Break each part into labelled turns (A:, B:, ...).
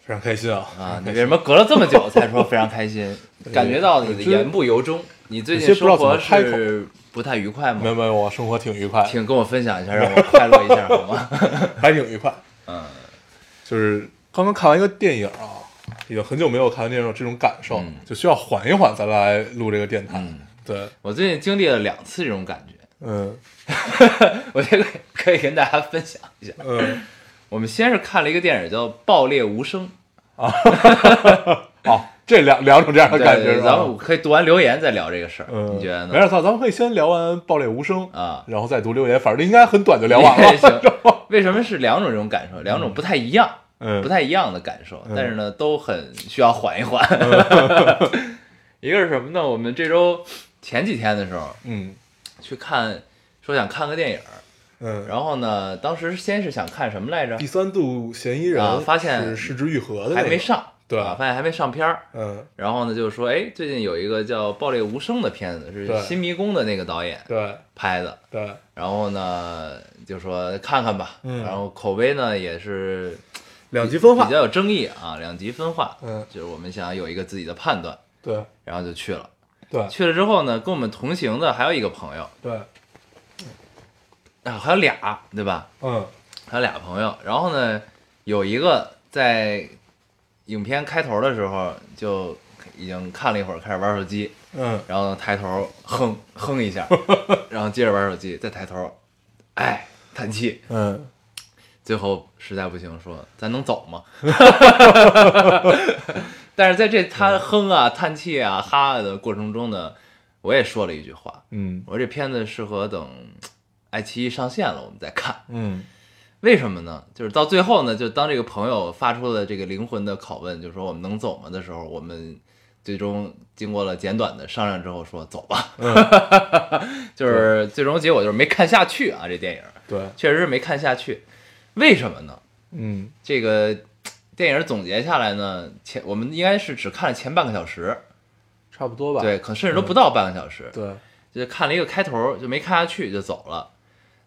A: 非常开心啊！
B: 啊！你
A: 非常开
B: 为
A: 心
B: 什么隔了这么久才说非常开 心？感觉到你的言不由衷。你最近
A: 有些不知
B: 生
A: 道怎
B: 活
A: 么开口
B: 是不太愉快
A: 没有
B: 吗？
A: 没有，我生活挺愉快，
B: 请跟我分享一下，让我快乐一 下好吗？
A: 还挺愉快。
B: 嗯，
A: 就是刚刚看完一个电影啊，已经很久没有看完电影有这种感受，
B: 嗯
A: 就需要缓一缓再来录这个电台。
B: 嗯
A: 对，
B: 我最近经历了两次这种感觉，
A: 嗯
B: 我觉得可以可以跟大家分享一下。
A: 嗯，
B: 我们先是看了一个电影叫《爆裂无 声
A: 哦，这两两种这样》，的感觉
B: 对
A: 是吧
B: 咱们可以读完留言再聊这个事儿，
A: 嗯，
B: 你觉得
A: 没
B: 呢？
A: 事，咱咱们可以先聊完《爆裂无声》
B: 啊
A: 然后再读留言，反正应该很短就聊完 了。
B: 行。为什么是两种这种感受？两种不太一样。
A: 嗯，
B: 不太一样的感受，
A: 嗯
B: 但是呢，都很需要缓一缓。嗯 一个是什么呢？我们这周前几天的时候
A: 嗯
B: 去看，说想看个电影儿，
A: 嗯，
B: 然后呢，当时先是想看什么来着
A: 第，三度嫌疑人、
B: 啊发现
A: 是失之愈合的、那
B: 还
A: 个，
B: 没。上，
A: 对
B: 啊，发现还没上片儿。
A: 嗯，
B: 然后呢，就说，哎，最近有一个叫《爆裂无声》的片子，是
A: 对
B: 新迷宫的那个导演
A: 对
B: 拍的。
A: 对，
B: 然后呢，就说看看吧。
A: 嗯
B: 然后口碑呢也是
A: 两极分化
B: 比。较有争议啊，两极分化。
A: 嗯
B: 就是我们想有一个自己的判断，
A: 对
B: 然后就去了。
A: 对
B: 去了之后呢，跟我们同行的还有一个朋友，
A: 对，
B: 啊，还有俩，对吧？
A: 嗯
B: 还有俩朋友。然后呢，有一个在影片开头的时候就已经看了一会儿，开始玩手机，
A: 嗯
B: 然后抬头哼哼一下，然后接着玩手机，再抬头，哎，叹气。
A: 嗯，
B: 最后实在不行说，咱能走吗？ 但是在这他哼啊、叹气啊、哈啊的过程中呢，我也说了一句话，
A: 嗯
B: 我说这片子适合等爱奇艺上线了我们再看，
A: 嗯
B: 为什么呢？就是到最后呢，就当这个朋友发出了这个灵魂的拷问，就说我们能走吗的时候，我们最终经过了简短的商量之后说走吧， 就是最终结果就是没看下去啊，这电影
A: 对，
B: 确实是没看下去，为什么呢？
A: 嗯
B: 这个嘖电影总结下来呢，前我们应该是只看了前半个小时，
A: 差不多吧。
B: 对，可甚至都不到半个小时，
A: 对，
B: 就看了一个开头就没看下去就走了。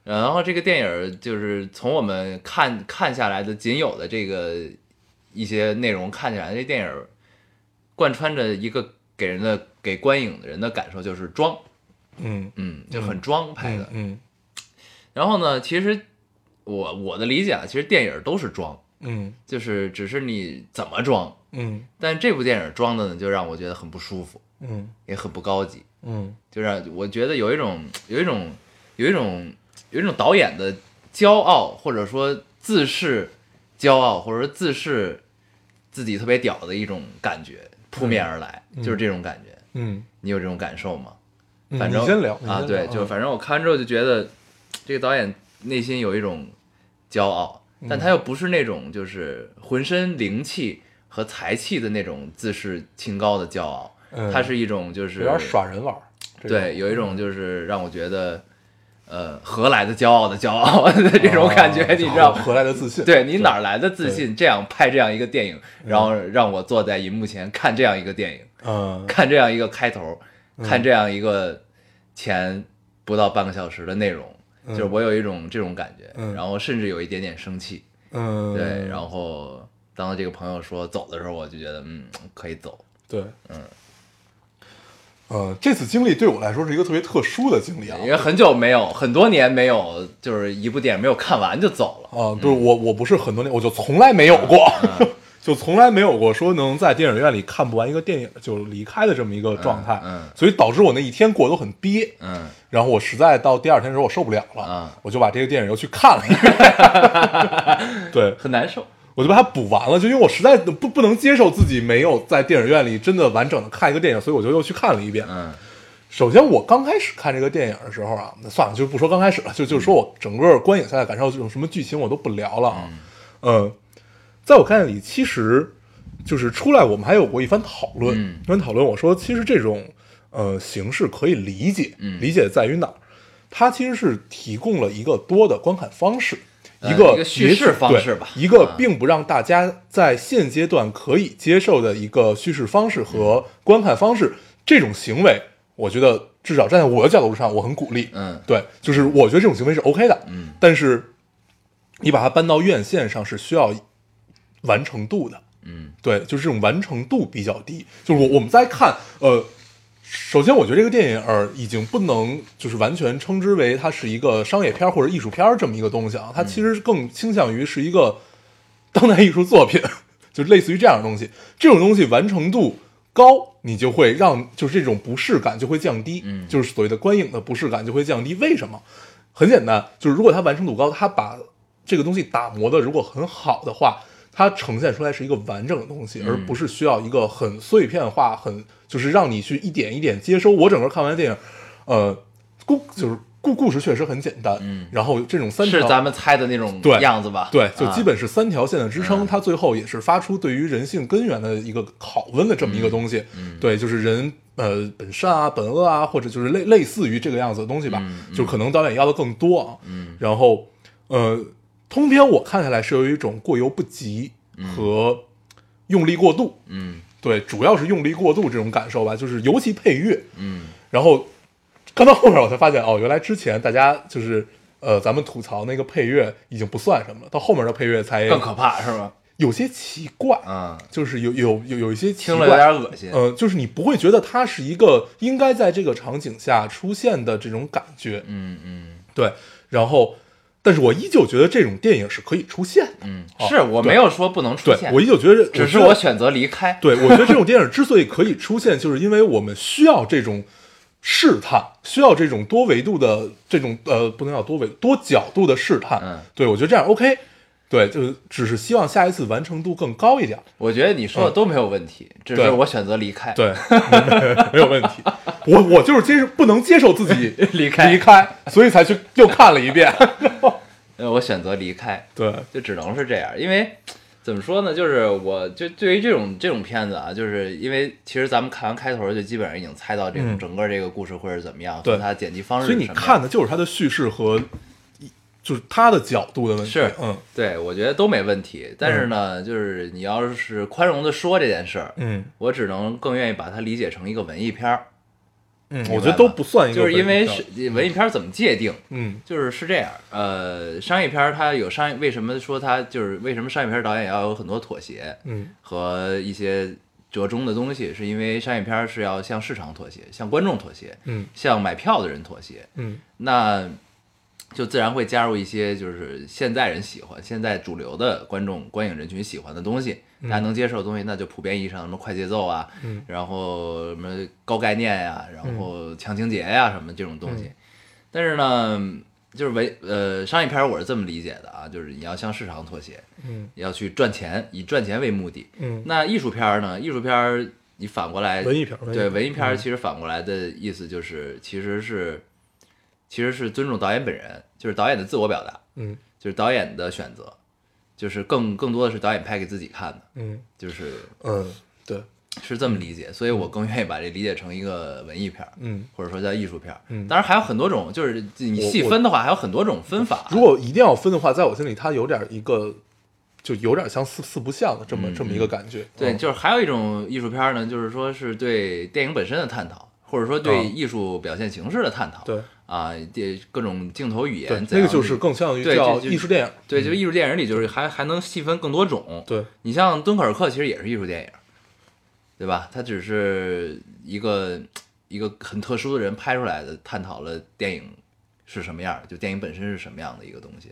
B: 然后这个电影儿就是从我们看看下来的仅有的这个一些内容看起来，这电影儿贯穿着一个给人的给观影的人的感受就是装，
A: 嗯，
B: 嗯，就很装拍的。
A: 嗯
B: 然后呢，其实我我的理解啊，其实电影儿都是装，
A: 嗯
B: 就是只是你怎么装。
A: 嗯
B: 但这部电影儿装的呢，就让我觉得很不舒服，
A: 嗯
B: 也很不高级。
A: 嗯
B: 就让我觉得有一种有一种有一种有一种导演的骄傲，或者说自恃骄傲，或者说自恃自己特别屌的一种感觉扑面而来，就是这种感觉。
A: 嗯
B: 你有这种感受吗？
A: 嗯，
B: 反正
A: 你先聊
B: 啊，对，就反正我看完之后就觉得这个导演内心有一种骄傲，
A: 嗯
B: 但他又不是那种就是浑身灵气和才气的那种自视清高的骄傲，
A: 嗯
B: 他是一种就是
A: 有点耍人玩儿。这种
B: 对，，有一种就是让我觉得，呃，何来的骄傲的骄傲的这种感觉，
A: 啊
B: 你知道吗？
A: 何来的自信？
B: 对你哪儿来的自信？这样拍这样一个电影，然后让我坐在银幕前看这样一个电影，
A: 嗯，
B: 看这样一个开头，看这样一个前不到半个小时的内容，就是我有一种这种感觉，
A: 嗯
B: 然后甚至有一点点生气。
A: 嗯，
B: 对，然后当这个朋友说走的时候，我就觉得嗯，可以走。
A: 对，嗯。呃，这次经历对我来说是一个特别特殊的经历啊，
B: 因为很久没有，很多年没有，就是一部电影没有看完就走了。
A: 啊，就是我我不是很多年，我就从来没有过，
B: 嗯
A: 就从来没有过说能在电影院里看不完一个电影就离开的这么一个状态，
B: 嗯嗯
A: 所以导致我那一天过得都很憋，
B: 嗯，
A: 然后我实在到第二天的时候我受不了了，
B: 嗯
A: 我就把这个电影又去看了一遍， 对
B: 很难受。
A: 我就把它补完了，就因为我实在不不能接受自己没有在电影院里真的完整的看一个电影，所以我就又去看了一遍。
B: 嗯
A: 首先，我刚开始看这个电影的时候啊，那算了，就不说刚开始了，就就是说我整个观影下来感受，这种什么剧情我都不聊了啊。嗯，在我看见里，其实就是出来我们还有过一番讨论，
B: 嗯
A: 一番讨论我说，其实这种呃形式可以理解，
B: 嗯
A: 理解在于哪儿？它其实是提供了一个多的观看方式。
B: 呃
A: 个
B: 一个叙
A: 也
B: 事
A: 许
B: 方
A: 对
B: 式吧
A: 一个
B: 啊
A: 并不让大家在现阶段可以接受的一个叙事方式和观看方式，这种行为，我觉得至少站在我的角度上，我很鼓励。
B: 嗯
A: 对，就是我觉得这种行为是 OK 的，
B: 嗯，
A: 但是你把它搬到院线上是需要完成度的，
B: 嗯
A: 对，就是这种完成度比较低。就是我我们在看，呃，首先我觉得这个电影儿已经不能就是完全称之为它是一个商业片儿或者艺术片儿这么一个东西啊，它其实更倾向于是一个当代艺术作品，就类似于这样的东西。这种东西完成度高，你就会让就是这种不适感就会降低，
B: 嗯
A: 就是所谓的观影的不适感就会降低。为什么？很简单，就是如果它完成度高，它把这个东西打磨的如果很好的话，它呈现出来是一个完整的东西，
B: 嗯
A: 而不是需要一个很碎片化、很就是让你去一点一点接收。我整个看完电影，呃，故就是故故事确实很简单，
B: 嗯
A: 然后这种三条
B: 是咱们猜的那种
A: 对
B: 样子吧？
A: 对，就基
B: 啊
A: 本是三条线的支撑，
B: 嗯
A: 它最后也是发出对于人性根源的一个拷问的这么一
B: 嗯
A: 个东西。对，就是人呃本善啊、本恶啊，或者就是类类似于这个样子的东西吧，
B: 嗯
A: 就可能导演要的更多啊。然后呃，通篇我看下来是有一种过犹不及和用力过度，
B: 嗯
A: 对，主要是用力过度这种感受吧，就是尤其配乐，
B: 嗯
A: 然后看到后面我才发现，哦，原来之前大家就是呃，咱们吐槽那个配乐已经不算什么了，到后面的配乐才
B: 更可怕是吧？
A: 有些奇怪，
B: 嗯，
A: 就是有有有有一些奇
B: 听了有
A: 怪，
B: 点恶心。
A: 呃，就是你不会觉得它是一个应该在这个场景下出现的这种感觉，
B: 嗯嗯
A: 对，然后。但是我依旧觉得这种电影是可以出现的，
B: 嗯，
A: 哦
B: 是我没有说不能出
A: 对
B: 现，
A: 我依旧觉得，
B: 只是
A: 觉得
B: 我选择离开。
A: 对，我觉得这种电影之所以可以出现，就是因为我们需要这种试探，需要这种多维度的这种呃，不能叫多维多角度的试探。
B: 嗯
A: 对我觉得这样 OK。对，就是只是希望下一次完成度更高一点。
B: 我觉得你说的都没有问题，只
A: 嗯
B: 是
A: 对
B: 我选择离开。，
A: 对， 没有问题。我我就是接受不能接受自己
B: 离开
A: 离开，所以才去又看了一遍。
B: 呃，我选择离开，
A: 对，
B: 就只能是这样。因为怎么说呢，就是我就对于这种这种片子啊，就是因为其实咱们看完开头就基本上已经猜到这种、
A: 嗯
B: 整个这个故事会是怎么样，
A: 对
B: 和它剪辑方式
A: 所
B: 是
A: 以
B: 什么
A: 你
B: 样。
A: 看的就是它的叙事和，就是它的角度的问题。
B: 是
A: 嗯
B: 对，我觉得都没问题。但是呢，就是你要是宽容的说这件事儿，
A: 嗯
B: 我只能更愿意把它理解成一个文艺片儿，
A: 嗯，
B: 白
A: 我觉得都不算一个
B: 就
A: 文
B: 是
A: 艺
B: 因
A: 片儿。
B: 为是文艺片儿怎么界定？
A: 嗯
B: 就是是这样，呃，商业片儿它有商业，为什么说它就是为什么商业片儿导演要有很多妥协
A: 嗯
B: 和一些折中的东西，是因为商业片儿是要向市场妥协，向观众妥协，
A: 嗯
B: 向买票的人妥协，
A: 嗯
B: 那就自然会加入一些就是现在人喜欢、现在主流的观众观影人群喜欢的东西，大家能接受的东西，那就普遍意义上什么快节奏啊，
A: 嗯
B: 然后什么高概念呀、然后强情节呀、什么这种东
A: 嗯
B: 西。但是呢，就是为呃商业片儿我是这么理解的啊，就是你要向市场妥协，
A: 嗯
B: 要去赚钱，以赚钱为目的。
A: 嗯
B: 那艺术片儿呢？艺术片儿你反过来，
A: 文艺片儿文艺
B: 对
A: 片儿
B: 文艺片儿其实反过来的意思就是，其实是其实是尊重导演本人，就是导演的自我表达，
A: 嗯
B: 就是导演的选择，就是更更多的是导演拍给自己看的，
A: 嗯
B: 就是
A: 嗯，对，
B: 是这么理解，所以我更愿意把这理解成一个文艺片儿，
A: 嗯。
B: 或者说叫艺术片儿。
A: 嗯
B: 当然还有很多种，就是你
A: 我
B: 细分的话，还有很多种分法。
A: 如果一定要分的话，在我心里，它有点一个，就有点像四四不像的这么、
B: 嗯
A: 这么一个感觉。
B: 对，
A: 嗯
B: 就是还有一种艺术片儿呢，就是说是对电影本身的探讨，或者说对
A: 嗯
B: 艺术表现形式的探讨。
A: 对
B: 啊，这各种镜头语
A: 对
B: 言，，
A: 那个就是更像于
B: 对
A: 叫
B: 这就
A: 艺术电影。
B: 对，就艺术电影里就是还还能细分更多种。
A: 对，
B: 你像《敦刻尔克》其实也是艺术电影，对吧？它只是一个一个很特殊的人拍出来的，探讨了电影是什么样儿，就电影本身是什么样的一个东西。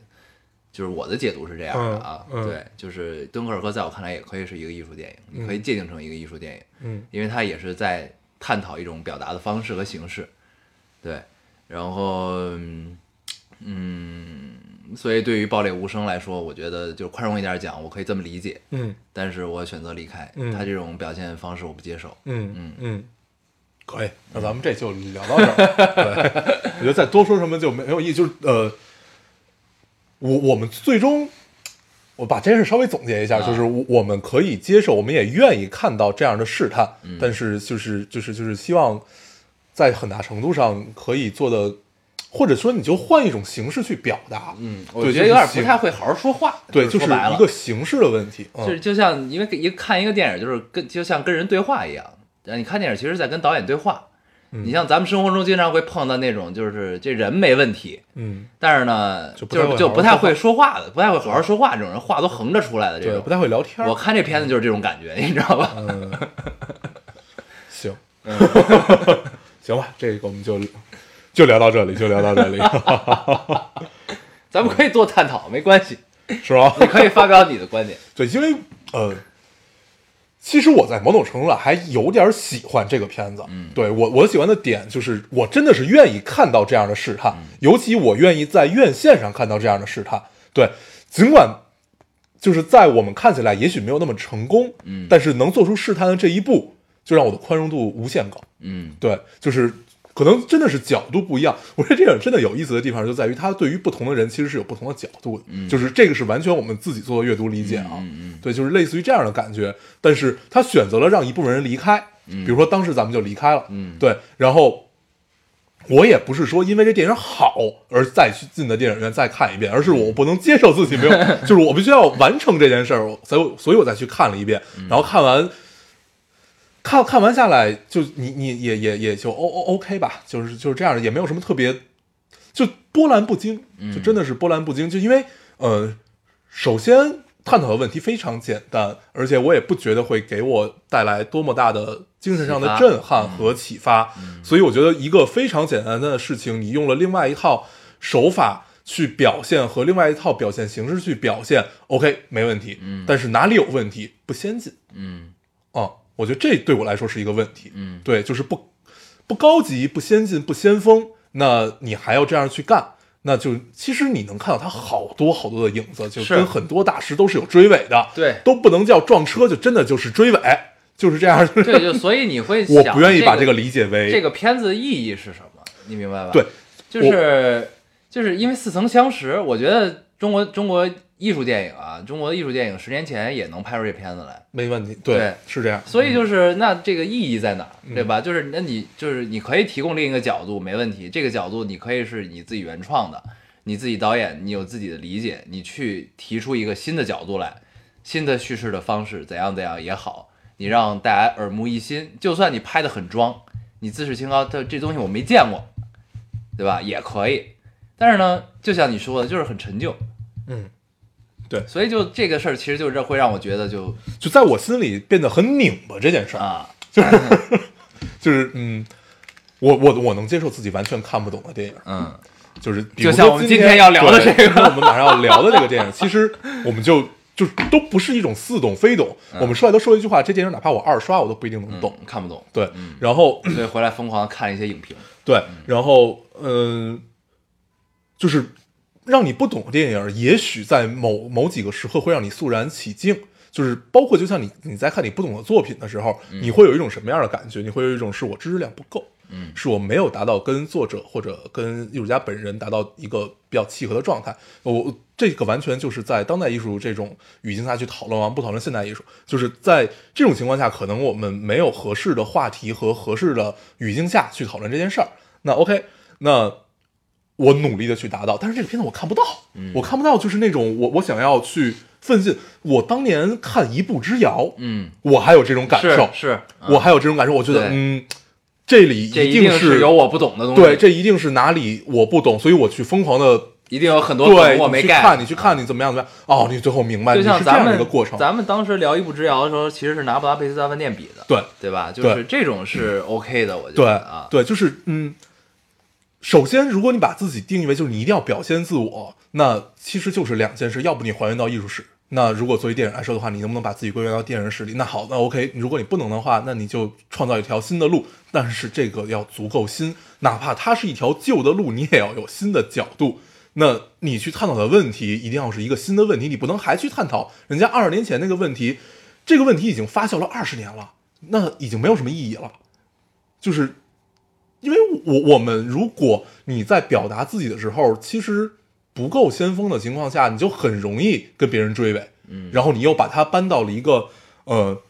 B: 就是我的解读是这样的啊，
A: 嗯嗯
B: 对，就是《敦刻尔克》在我看来也可以是一个艺术电影，你可以界定成一个艺术电影，
A: 嗯，
B: 因为它也是在探讨一种表达的方式和形式，对，然后嗯嗯，所以对于爆裂无声来说，我觉得就宽容一点讲，我可以这么理解，
A: 嗯
B: 但是我选择离开，
A: 嗯
B: 他这种表现方式我不接受。
A: 嗯
B: 嗯
A: 嗯，可以。那咱们这就聊到这 儿。对，我觉得再多说什么就没有意义。就是呃，我我们最终我把这件事稍微总结一下，
B: 啊
A: 就是我我们可以接受，我们也愿意看到这样的试探，
B: 嗯
A: 但是就是就是就是希望在很大程度上可以做的，或者说你就换一种形式去表达，
B: 嗯，
A: 对
B: 我觉得有点
A: 就是
B: 不
A: 形
B: 太会好好说话。
A: 对，
B: 就
A: 就是是
B: 说白了
A: 一个形式的问题，
B: 就是
A: 嗯，
B: 就像因为一看一个电影，就是跟就像跟人对话一样。呃你看电影其实在跟导演对话。
A: 嗯
B: 你像咱们生活中经常会碰到那种，就是这人没问题，
A: 嗯，
B: 但是呢，
A: 就
B: 就
A: 不太会
B: 是
A: 好好说话
B: 就不太会说话的，不太会好好说话这种人，话都横着出来的这
A: 对，
B: 种
A: 不。太会聊天儿，
B: 我看这片子就是这种感觉，你知道吧？
A: 嗯，行， 行吧，这个我们就就聊到这里，就聊到这里，
B: 咱们可以做探讨，没关系，
A: 是吧？
B: 你可以发表你的观点。
A: 对，因为呃，其实我在某种程度上还有点喜欢这个片子。嗯，对我我喜欢的点就是，我真的是愿意看到这样的试探，尤其我愿意在院线上看到这样的试探。对，尽管就是在我们看起来也许没有那么成功，嗯，但是能做出试探的这一步，就让我的宽容度无限高。
B: 嗯
A: 对，就是可能真的是角度不一样。我觉得这个真的有意思的地方就在于，它对于不同的人其实是有不同的角度的。就是这个是完全我们自己做的阅读理解啊。
B: 嗯
A: 对，就是类似于这样的感觉。但是他选择了让一部分人离开，比如说当时咱们就离开了。对，然后。我也不是说因为这电影好而再去进的电影院再看一遍，而是我不能接受自己没有，就是我必须要完成这件事儿，我所以我所以我再去看了一遍，然后看完看看完下来，就你你也也也就 O O O K 吧，就是就是这样的，也没有什么特别，就波澜不惊，就真的是波澜不惊，就因为呃，首先探讨的问题非常简单，而且我也不觉得会给我带来多么大的精神上的
B: 启发嗯
A: 震撼和启发，所以我觉得一个非常简单的事情，你用了另外一套手法。去表现和另外一套表现形式去表现，OK，没问题。嗯，但是哪里有问题？不先进。
B: 嗯
A: 啊，我觉得这对我来说是一个问题。
B: 嗯，
A: 对，就是不不高级、不先进、不先锋，那你还要这样去干，那就其实你能看到他好多好多的影子，就是跟很多大师都是有追尾的，
B: 对
A: 都不能叫撞车，就真的就是追尾，就是这样。
B: 对，就所以你会想，
A: 我不愿意把
B: 这
A: 这个理解为
B: 这个片子的意义是什么，你明白吧？
A: 对，
B: 就是就是因为似曾相识，我觉得中国中国艺术电影啊，中国的艺术电影十年前也能拍出这片子来，
A: 没问题，
B: 对
A: 是这样。
B: 所以就是那这个意义在哪儿，
A: 嗯
B: 对吧？就是那你就是你可以提供另一个角度，没问题。这个角度你可以是你自己原创的，你自己导演，你有自己的理解，你去提出一个新的角度来，新的叙事的方式，怎样怎样也好，你让大家耳目一新。就算你拍的很装，你自视清高，这这东西我没见过，对吧？也可以。但是呢，就像你说的，就是很陈旧，
A: 嗯，对
B: 所以就这个事儿，其实就是会让我觉得就
A: 就在我心里变得很拧巴这件事儿，
B: 啊，
A: 就是嗯，我我我能接受自己完全看不懂的电影，
B: 嗯。
A: 就是比
B: 就
A: 如
B: 像
A: 说
B: 我们
A: 今
B: 今天要聊的
A: 对
B: 这个
A: 今天 我们马上要聊的这个电影，其实我们就就都不是一种似懂非懂。我们说来都说一句话，这电影哪怕我二刷，我都不一定能懂。
B: 嗯看不懂，
A: 对，然后
B: 所以回来疯狂地看了一些影评。
A: 对，然后嗯、就是让你不懂的电影，也许在某某几个时刻会让你肃然起敬。就是包括，就像你你在看你不懂的作品的时候，你会有一种什么样的感觉？你会有一种是我知识量不够，
B: 嗯
A: 是我没有达到跟作者或者跟艺术家本人达到一个比较契合的状态。我这个完全就是在当代艺术这种语境下去讨论完，不讨论现代艺术，就是在这种情况下，可能我们没有合适的话题和合适的语境下去讨论这件事儿。那 OK，那我努力的去达到，但是这个片子我看不到，
B: 嗯
A: 我看不到，就是那种我我想要去奋进。我当年看《一步之遥》，
B: 嗯，
A: 我还有这种感
B: 是
A: 受，
B: 是，嗯
A: 我还有这种感受，我觉得
B: 对
A: 嗯，这里
B: 这一
A: 定
B: 是有我不懂的东西，
A: 对，这一定是哪里我不懂，所以我去疯狂的
B: 一定有很多
A: 对
B: 梗我没
A: 你去
B: get。
A: 看，你去看，你怎么样怎么样？哦，你最后明白，
B: 就
A: 你
B: 像
A: 是这
B: 咱
A: 样的
B: 们
A: 一个过程。
B: 咱们当时聊《一步之遥》的时候，其实是拿布达佩斯大饭店比的，
A: 对嗯
B: 对吧？就是这种是 OK 的，我觉
A: 对
B: 得啊，
A: 对，就是嗯，首先，如果你把自己定义为就是你一定要表现自我，那其实就是两件事，要不你还原到艺术史。那如果作为电影来说的话，你能不能把自己归原到电影史里？那好，那 OK。如果你不能的话，那你就创造一条新的路，但是这个要足够新，哪怕它是一条旧的路，你也要有新的角度。那你去探讨的问题一定要是一个新的问题，你不能还去探讨人家二十年前那个问题，这个问题已经发酵了二十年了，那已经没有什么意义了。就是因为我我们如果你在表达自己的时候，其实不够先锋的情况下，你就很容易跟别人追尾。嗯，然后你又把它搬到了一个呃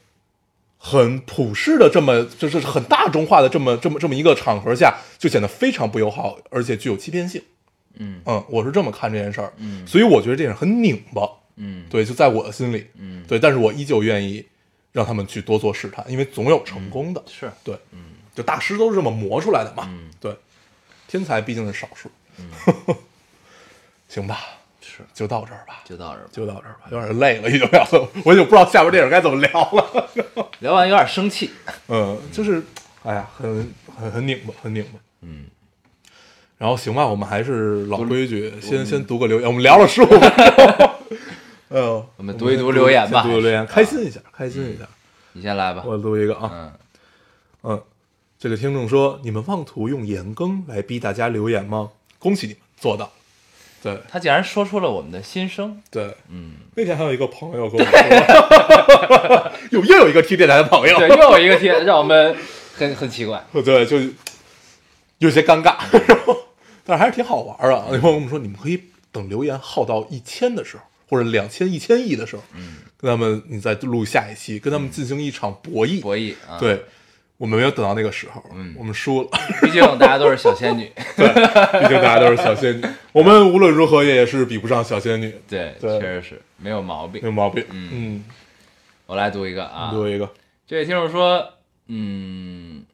A: 很普世的这么就是很大众化的这么这么这么一个场合下，就显得非常不友好，而且具有欺骗性。
B: 嗯
A: 嗯，我是这么看这件事儿。嗯，所以我觉得这件事很拧巴。
B: 嗯，
A: 对，就在我的心里。嗯，对，但是我依旧愿意让他们去多做试探，因为总有成功的。
B: 是
A: 对，嗯，就大师都是这么磨出来的嘛。嗯，对，天才毕竟是少数。嗯， 行吧，
B: 是，
A: 就到这儿吧，
B: 就到这儿吧。
A: 就到这儿吧，有点累了，已经聊了，我已经不知道下边电影该怎么聊了。
B: 聊完有点生气，
A: 嗯，就是，哎呀，很很很拧巴，很拧巴。
B: 嗯。
A: 然后行吧，我们还是老规矩，先
B: 嗯
A: 先读个留言。我们聊了十五分钟， 嗯，
B: 我们读一读留言吧
A: 先读读留言，开心一下，开心一下。
B: 你先来吧。
A: 我读一个啊，
B: 嗯
A: 嗯，这个听众说，你们妄图用延更来逼大家留言吗？恭喜你们做到了。对，
B: 他竟然说出了我们的 心声，
A: 对，
B: 嗯，
A: 那天还有一个朋友跟我说， 有又有一个听电台的朋友，
B: 对，又有一个贴，让我们 很很奇怪。
A: 对，就有些尴尬， 但是还是挺好玩儿啊。那朋友跟我们说，你们可以等留言耗到一千的时候，或者两千、一千亿的时候，嗯，跟他们你再录下一期，跟他们进行一场博弈。
B: 嗯博弈啊，，
A: 对，我们没有等到那个时候，嗯，我们输了，
B: 毕竟大家都是小仙女，
A: 毕竟大家都是小 仙女，我们无论如何也是比不上小仙女，
B: 对，
A: 对
B: 确实是没有毛病
A: 没。毛病。嗯，
B: 我来读一个啊，
A: 读一个，
B: 这位听众说，嗯，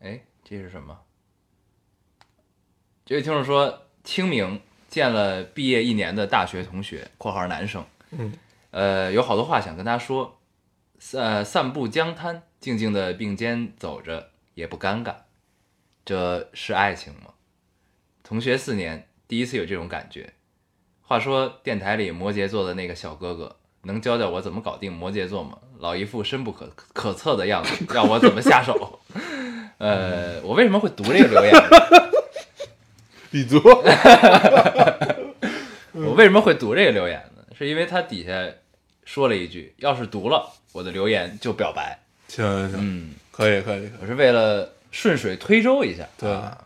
B: 哎，这是什么？这位听众说，清明见了毕业一年的大学同学（括号男生），
A: 嗯，
B: 呃，有好多话想跟他说。呃，散步江滩，静静的并肩走着，也不尴尬。这是爱情吗？同学四年，第一次有这种感觉。话说电台里摩羯座的那个小哥哥，能教教我怎么搞定摩羯座吗？老一副深不可可测的样子，让我怎么下手？ 呃，我为什么会读这个留言呢？
A: 李 足，
B: 我为什么会读这个留言呢？是因为他底下说了一句：“要是读了我的留言就表白。
A: 行行”行，
B: 嗯，
A: 可以可以，可以
B: 我是为了顺水推舟一下，
A: 对
B: 啊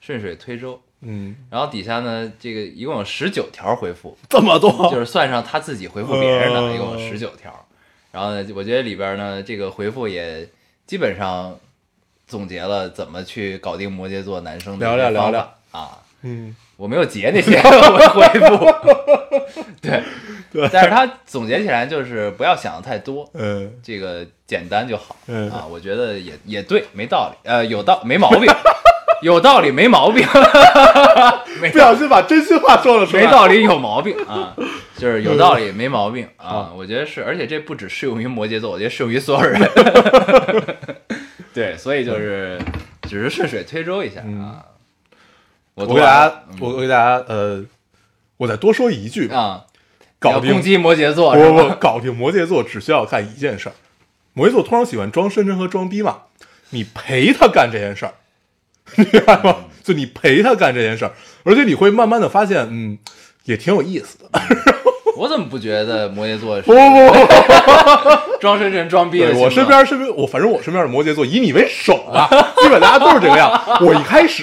B: 顺水推舟。
A: 嗯，
B: 然后底下呢，这个一共有十九条回复，
A: 这么多，
B: 就是算上他自己回复别人的，
A: 嗯
B: 一共有十九条。然后呢，我觉得里边呢，这个回复也基本上总结了怎么去搞定摩羯座男生的
A: 聊聊
B: 一些方
A: 聊
B: 法啊。
A: 嗯，
B: 我没有截那些 回复，对
A: 对
B: 但是他总结起来就是不要想的太多，
A: 嗯，
B: 这个简单就好、
A: 嗯
B: 啊。我觉得也也对，没道理，呃，有道没毛病， 有道理没毛病， 没
A: 不小心把真心话说了出来，
B: 没道理有毛病啊，就是有道理没毛 病啊，我觉得是，而且这不只适用于摩羯座，我觉得适用于所 有人。对，所以就是只是顺水推舟一下啊。我
A: 嗯我
B: 读
A: 给
B: 完
A: 大
B: 了
A: 家，我给大家，呃，我再多说一句，
B: 啊，
A: 搞
B: 要攻
A: 定
B: 击摩羯座是
A: 不
B: 吧？
A: 不，搞定摩羯座只需要干一件事儿。摩羯座通常喜欢装深沉和装逼嘛，你陪他干这件事儿，明白吗？就你陪他干这件事儿，而且你会慢慢的发现，嗯，也挺有意思的。
B: 我怎么不觉得摩羯座
A: 不
B: 是
A: 不不不，
B: 装深沉装逼的
A: 对
B: 星座？
A: 我身边身边我反正我身边的摩羯座以你为首吧，基本大家都是这个样。我一开始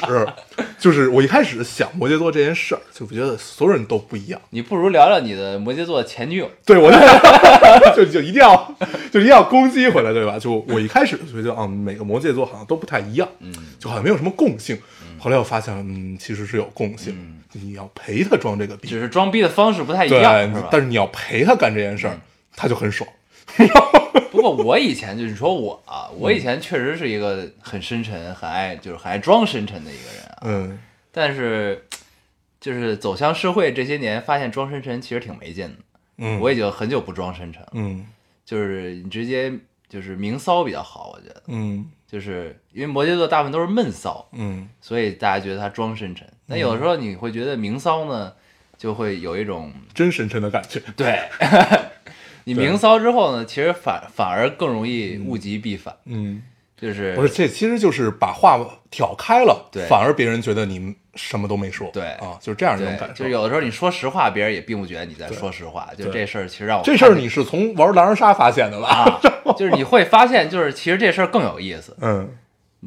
A: 就是我一开始想摩羯座这件事儿，就觉得所有人都不一样。
B: 你不如聊聊你的摩羯座前女友。
A: 对，我就就 就一定要就一定要攻击回来，对吧？就我一开始就觉得啊，每个摩羯座好像都不太一样，嗯，就好像没有什么共性。后来我发现，嗯，其实是有共性，你要陪他装这个逼，
B: 嗯只是装逼的方式不太一
A: 对，
B: 样，是
A: 你
B: 吧？嗯啊
A: 但是你要陪他干这件事儿，他就很爽。
B: 不过我以前就是说我啊，我以前确实是一个很深沉、很爱就是很爱装深沉的一个人啊。
A: 嗯，
B: 但是就是走向社会这些年，发现装深沉其实挺没劲的。
A: 嗯
B: 我已经很久不装深沉了，
A: 嗯
B: 就是你直接就是明骚比较好，我觉得，
A: 嗯
B: 就是因为摩羯座大部分都是闷骚，
A: 嗯
B: 所以大家觉得他装深沉。但有的时候你会觉得明骚呢，就会有一种
A: 真深沉的感觉。
B: 对， 你明骚之后呢，其实反反而更容易物极必反，
A: 嗯，
B: 就是
A: 不是，这其实就是把话挑开了
B: 对，
A: 反而别人觉得你什么都没说。
B: 对
A: 啊，就是这样一种
B: 对
A: 感，受
B: 就是。有的时候你说实话，别人也并不觉得你在说实话。就
A: 对
B: 这事儿，其实让我
A: 这事儿你是从玩狼人杀发现的吧？
B: 啊， 就是你会发现，就是其实这事儿更有意思，
A: 嗯。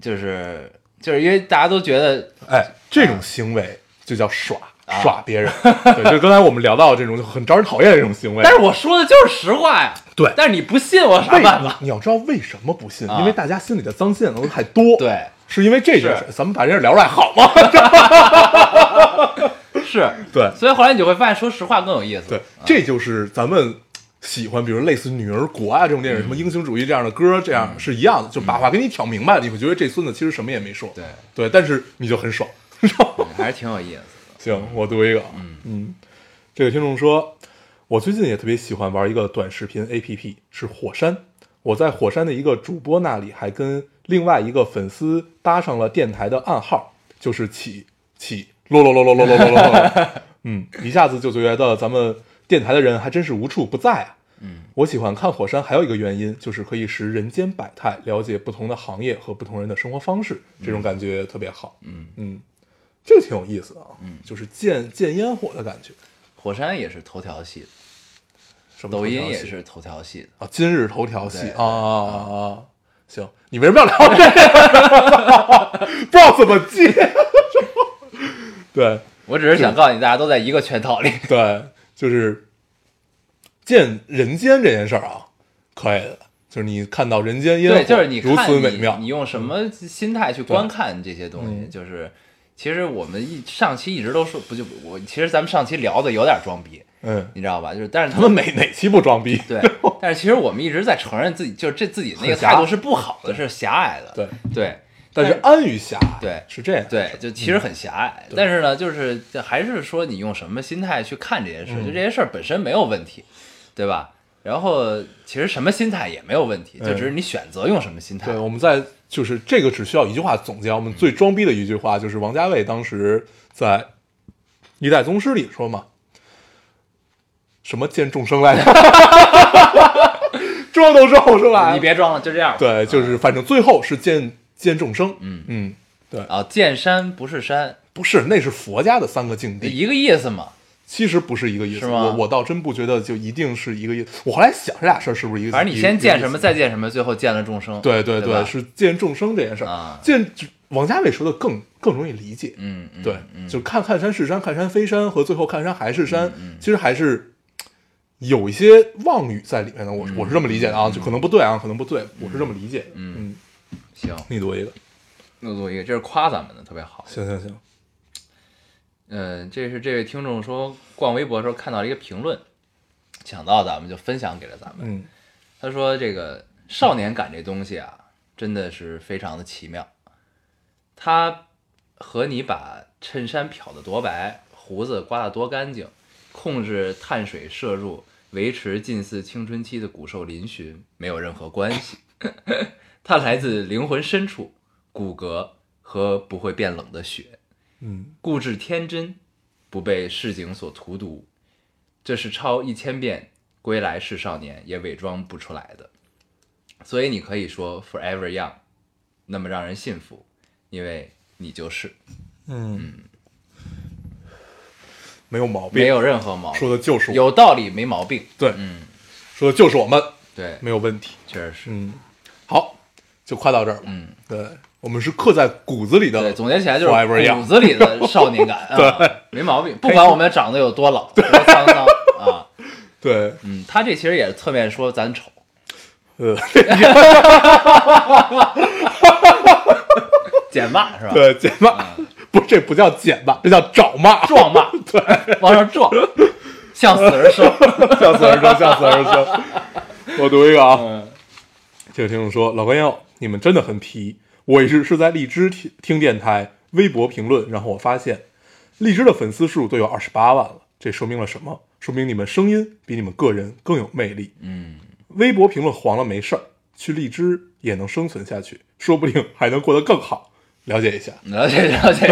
B: 就是就是因为大家都觉得
A: 哎，这种行为就叫耍，耍别人。对，就刚才我们聊到这种就很招人讨厌的这种行为。
B: 但是我说的就是实话呀。
A: 对
B: 但是你不信我有啥
A: 为
B: 办法？
A: 你要知道为什么不信，
B: 啊
A: 因为大家心里的脏线头太多。
B: 对，
A: 是因为这件事，
B: 是
A: 咱们把这事聊出来好吗？
B: 是，
A: 对
B: 所以后来你就会发现，说实话更有意 思。
A: 对， 这就是咱们喜欢，比如类似《女儿国》啊这种电影，什么英雄主义这样的歌，这样是一样的，就把话给你挑明白了，你会觉得这孙子其实什么也没说。
B: 对
A: 对，但是你就很爽。
B: 还是挺有意思的。
A: 行，我读一个。嗯这个听众说，我最近也特别喜欢玩一个短视频 APP，是火山。我在火山的一个主播那里，还跟另外一个粉丝搭上了电台的暗号，就是起起落落落落落落落落落。嗯，一下子就觉得咱们电台的人还真是无处不在啊。
B: 嗯，
A: 我喜欢看火山还有一个原因，就是可以使人间百态，了解不同的行业和不同人的生活方式，这种感觉特别好。
B: 嗯
A: 嗯，这挺有意思的啊，嗯，就是见见烟火的感觉。
B: 火山也是头条系的，
A: 什么头
B: 抖
A: 条系
B: 音也是头条系的。
A: 啊，今日头条系
B: 对
A: 啊啊啊！啊行，你为什么要聊这个？ 不知道怎么接。 对
B: 我只是想告诉你，大家都在一个圈套里。
A: 对，就是见人间这件事儿啊，可以的，就是你看到人间烟火，
B: 对，就是你
A: 如
B: 看
A: 此
B: 你
A: 美妙
B: 你。用什么心态去观看这些东西？
A: 嗯
B: 就是其实我们一上期一直都说，不就我其实咱们上期聊的有点装逼，
A: 嗯，
B: 你知道吧？就是但是
A: 他们哪哪期不装逼？
B: 对，但是其实我们一直在承认自己就是这自己那个
A: 很狭隘
B: 态度是不好的，是狭隘的。
A: 对，
B: 对
A: 但是嗯
B: 但
A: 安于狭隘
B: 对
A: 是这样。
B: 对，就其实很狭隘。但是呢，就是这还是说你用什么心态去看这些事，
A: 嗯
B: 就这些事儿本身没有问题，对吧？然后其实什么心态也没有问题，就
A: 嗯
B: 只是你选择用什么心态
A: 对，。我们在就是这个只需要一句话总结。我们最装逼的一句话就是王家卫当时在《一代宗师》里说嘛，什么见众生来着， 装都装不出来。
B: 你别装了，就这样吧。
A: 对，就是反正最后是见见众生。嗯嗯，对，
B: 啊，见山不是山，
A: 不是，那是佛家的三个境地，
B: 一个意思嘛。
A: 其实不是一个意思。
B: 哎是吗
A: 我我倒真不觉得就一定是一个意思。我后来想这俩事儿是不是一个？
B: 反正你先
A: 一个
B: 见
A: 意
B: 什
A: 思
B: 么，再见什么，最后见了众生。
A: 对对
B: 吧
A: 是见众生这件事儿
B: 啊
A: 见王家卫说的更更容易理解。
B: 嗯，嗯
A: 对，就看看山是山，看山非山，和最后看山还是山，
B: 嗯
A: 其实还是有一些妄语在里面的。我
B: 嗯
A: 我是这么理解的啊，就可能不对啊，可能不对，我是这么理解的。嗯，
B: 行，
A: 你读一个，
B: 又做一个，这是夸咱们的，特别好。
A: 行行行，
B: 嗯，这是这位听众说逛微博的时候看到了一个评论，想到咱们就分享给了咱们。
A: 嗯
B: 他说这个少年感这东西啊，真的是非常的奇妙。它和你把衬衫漂得多白，胡子刮得多干净，控制碳水摄入，维持近似青春期的骨瘦嶙峋没有任何关系。 它来自灵魂深处、骨骼和不会变冷的血。
A: 嗯，
B: 固执天真，不被市井所荼毒，这是超一千遍归来是少年也伪装不出来的。所以你可以说 forever young，那么让人信服，因为你就是
A: 嗯没有毛病，
B: 嗯没有任何毛病，
A: 说的就是我，
B: 有道理没毛病。
A: 对，
B: 嗯，
A: 说的就是我们，
B: 对，
A: 没有问题。
B: 确实是。
A: 嗯，好，就夸到这儿吧。
B: 嗯，
A: 对我们是刻在骨子里的，
B: 对，总结起来就
A: forever
B: 是
A: young
B: 骨子里的少年 感，啊，没毛病。不管我们长得有多老、多沧桑啊，
A: 对，
B: 嗯，他这其实也是侧面说咱丑，
A: 呃，
B: 减骂是吧？，
A: 对，减骂， 不，这不叫减骂，这叫找骂，
B: 撞骂，对，往上撞，向死而生。
A: 笑死人生，笑死人生。我读一个啊，这个听众说：“老朋友，你们真的很皮。我也是是在荔枝听听电台、微博评论，然后我发现荔枝的粉丝数都有二十八万了，这说明了什么？说明你们声音比你们个人更有魅力。
B: 嗯，
A: 微博评论黄了没事儿，去荔枝也能生存下去，说不定还能过得更好。了解一下，
B: 了解了解，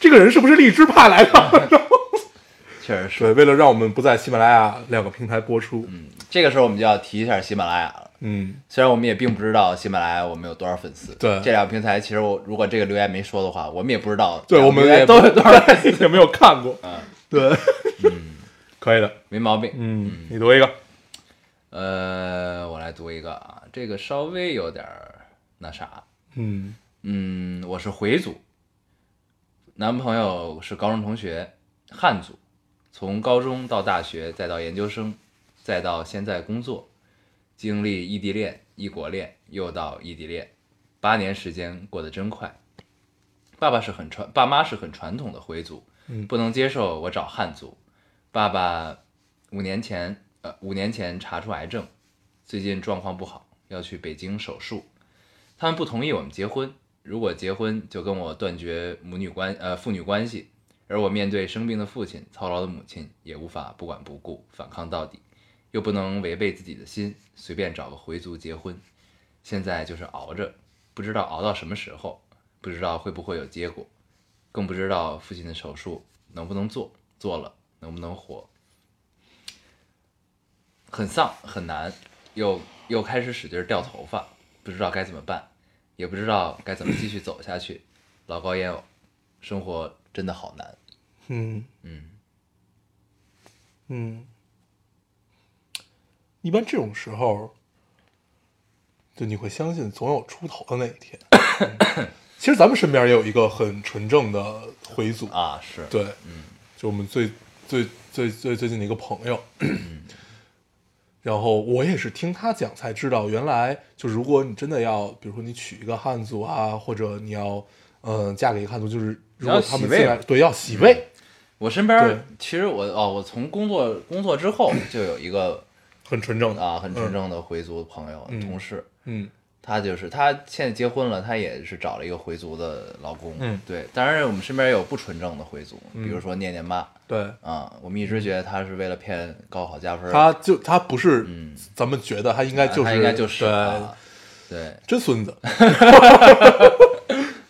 A: 这个人是不是荔枝派来的？
B: 确实是。
A: 对，为了让我们不在喜马拉雅两个平台播出，
B: 这个时候我们就要提一下喜马拉雅了。
A: 嗯，
B: 虽然我们也并不知道喜马拉雅我们有多少粉丝，
A: 对
B: 这两个平台，其实我如果这个留言没说的话，我们也不知道
A: 对，我
B: 两个
A: 们
B: 平台
A: 也
B: 都有多少嗯粉丝，
A: 对 也没有看过，对， 可以的，
B: 没毛病。
A: 嗯，你读一个，
B: 呃，我来读一个啊，这个稍微有点儿那啥，
A: 嗯
B: 嗯，我是回族，男朋友是高中同学，汉族，从高中到大学，再到研究生，再到现在工作，经历异地恋、异国恋，又到异地恋，八年时间过得真快。爸爸是很传，爸妈是很传统的回族，不能接受我找汉族。爸爸五年前，呃，五年前查出癌症，最近状况不好，要去北京手术。他们不同意我们结婚，如果结婚就跟我断绝母女关呃父女关系，而我面对生病的父亲、操劳的母亲，也无法不管不顾，反抗到底，又不能违背自己的心，随便找个回族结婚。现在就是熬着，不知道熬到什么时候，不知道会不会有结果，更不知道父亲的手术能不能做，做了能不能活。很丧，很难，又又开始使劲掉头发，不知道该怎么办，也不知道该怎么继续走下去，老高烟偶，生活真的好难。
A: 嗯嗯嗯，一般这种时候，就你会相信总有出头的那一天。嗯 其实咱们身边也有一个很纯正的回族，
B: 啊，是，
A: 对，嗯，就我们最最最最最近的一个朋友，
B: 嗯
A: 然后我也是听他讲才知道，原来就如果你真的要，比如说你娶一个汉族啊，或者你要嗯、呃嫁给一个汉族，就是如果他们
B: 要洗
A: 进
B: 胃嗯
A: 来，对，要洗胃，
B: 我身边
A: 对
B: 儿其实我哦，我从工作工作之 后就有一个
A: 很纯正的，
B: 啊很纯正的回族朋友、同事，
A: 嗯
B: 他就是他现在结婚了，他也是找了一个回族的老公，
A: 嗯
B: 对。当然我们身边有不纯正的回族，比如说念念妈
A: 对，
B: 啊，我们一直觉得他是为了骗高考加分儿，
A: 他就他不是，咱们觉得他应该就是，
B: 嗯他应该就是
A: 对
B: 啊对
A: 真孙 子，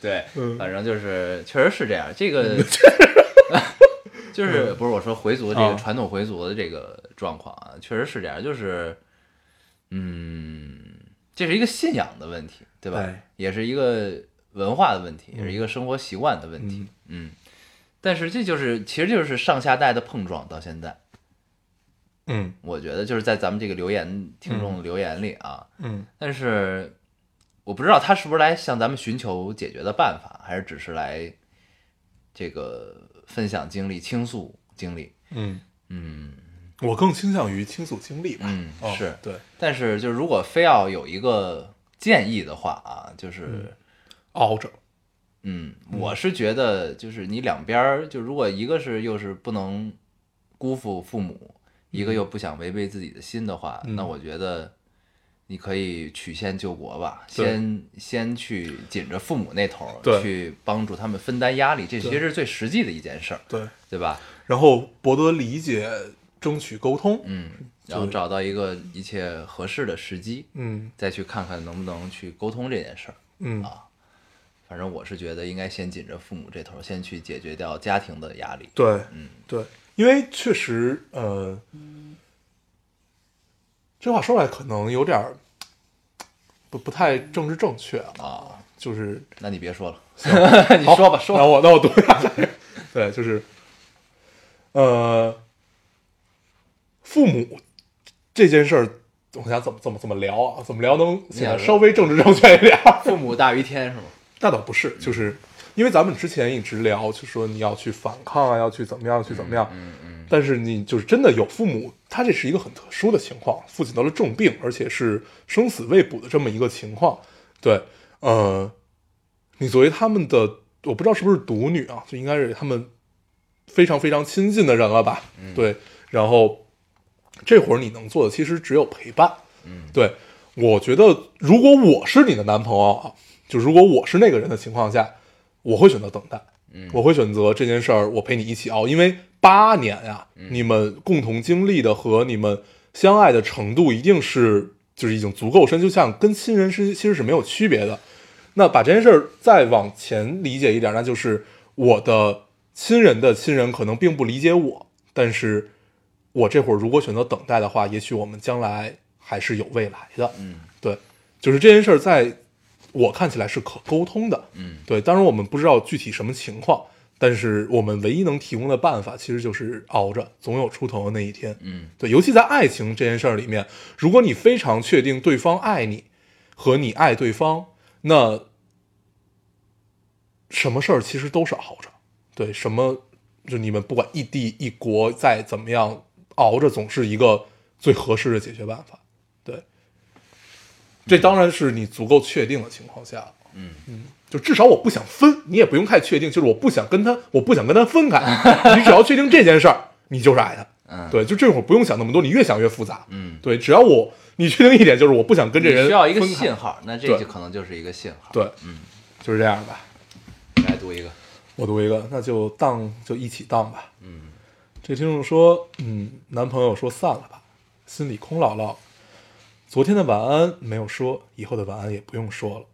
B: 对，反正就是确实是这样。这个 就是不是我说回族的这
A: 啊
B: 个传统回族的这个状况啊，确实是这样，就是嗯，这是一个信仰的问题，对吧
A: 哎？
B: 也是一个文化的问题，也是一个生活习惯的问题，嗯。但是这就是，其实就是上下代的碰撞到现在，
A: 嗯
B: 我觉得就是在咱们这个留言听众的留言里啊，
A: 嗯
B: 但是我不知道他是不是来向咱们寻求解决的办法，还是只是来这个分享经历、倾诉经历。
A: 嗯，
B: 嗯，
A: 我更倾向于倾诉经历吧，
B: 嗯
A: 哦
B: 是
A: 对，
B: 但是就是如果非要有一个建议的话啊，就是
A: 熬着，
B: 嗯，我是觉得就是你两边儿，就如果一个是又是不能辜负父母，一
A: 嗯
B: 个又不想违背自己的心的话，那我觉得。你可以曲线救国吧，
A: 对
B: 先先去紧着父母那头儿，
A: 对
B: 去帮助他们分担压力，这其
A: 对
B: 实是最实际的一件事儿，
A: 对，
B: 对吧？
A: 然后博得理解，争取沟通，
B: 嗯，然后
A: 对
B: 找到一个一切合适的时机，
A: 嗯
B: 再去看看能不能去沟通这件事儿。
A: 嗯
B: 啊反正我是觉得应该先紧着父母这头儿，先去解决掉家庭的压力。
A: 对，
B: 嗯
A: 对，因为确实，呃，这话说出来可能有点儿不不太政治正确啊，
B: 啊，
A: 就是
B: 那你别 说了，你说吧，说
A: 那
B: 吧。
A: 我那我读一下， 对，就是，呃，父母这件事儿，我想怎么怎么怎么聊啊？怎么聊能显得稍微政治正确一点儿？
B: 父母大于天是吗？
A: 那倒不是，就是因为咱们之前一直聊，就说你要去反抗啊，要去怎么样，要去怎么样。嗯嗯。但是你就是真的有父母，他这是一个很特殊的情况，父亲得了重病，而且是生死未卜的这么一个情况。对，呃，你作为他们的，我不知道是不是独女啊，就应该是他们非常非常亲近的人了吧？对，然后这会儿你能做的其实只有陪伴。嗯，对，我觉得如果我是你的男朋友啊，就如果我是那个人的情况下，我会选择等待。嗯，我会选择这件事儿，我陪你一起熬，因为八年呀、你们共同经历的和你们相爱的程度一定是就是已经足够深，就像跟亲人是其实是没有区别的。那把这件事儿再往前理解一点，那就是我的亲人的亲人可能并不理解我，但是我这会儿如果选择等待的话，也许我们将来还是有未来的。
B: 嗯，
A: 对，就是这件事儿，在我看起来是可沟通的。
B: 嗯，
A: 对，当然我们不知道具体什么情况，但是我们唯一能提供的办法，其实就是熬着，总有出头的那一天。
B: 嗯，
A: 对，尤其在爱情这件事儿里面，如果你非常确定对方爱你和你爱对方，那什么事儿其实都是熬着。对什么，就你们不管异地异国再怎么样熬着，总是一个最合适的解决办法。对，这当然是你足够确定的情况下，嗯嗯，就至少我不想分，你也不用太确定，就是我不想跟他，我不想跟他分开， 你只要确定这件事儿，你就是爱他。
B: 嗯
A: 对，就这会儿不用想那么多，你越想越复杂。
B: 嗯
A: 对，只要我你确定一点，就是我不想跟这人
B: 你需要一个
A: 分开
B: 信，号，那这
A: 对
B: 就可能就是一个信号。
A: 对，
B: 嗯，
A: 就是这样吧。
B: 来读一个，
A: 我读一个，那就当就一起当吧。
B: 嗯，
A: 这听众说，嗯，男朋友说散了吧，心里空落落。昨天的晚安没有说，以后的晚安也不用说了。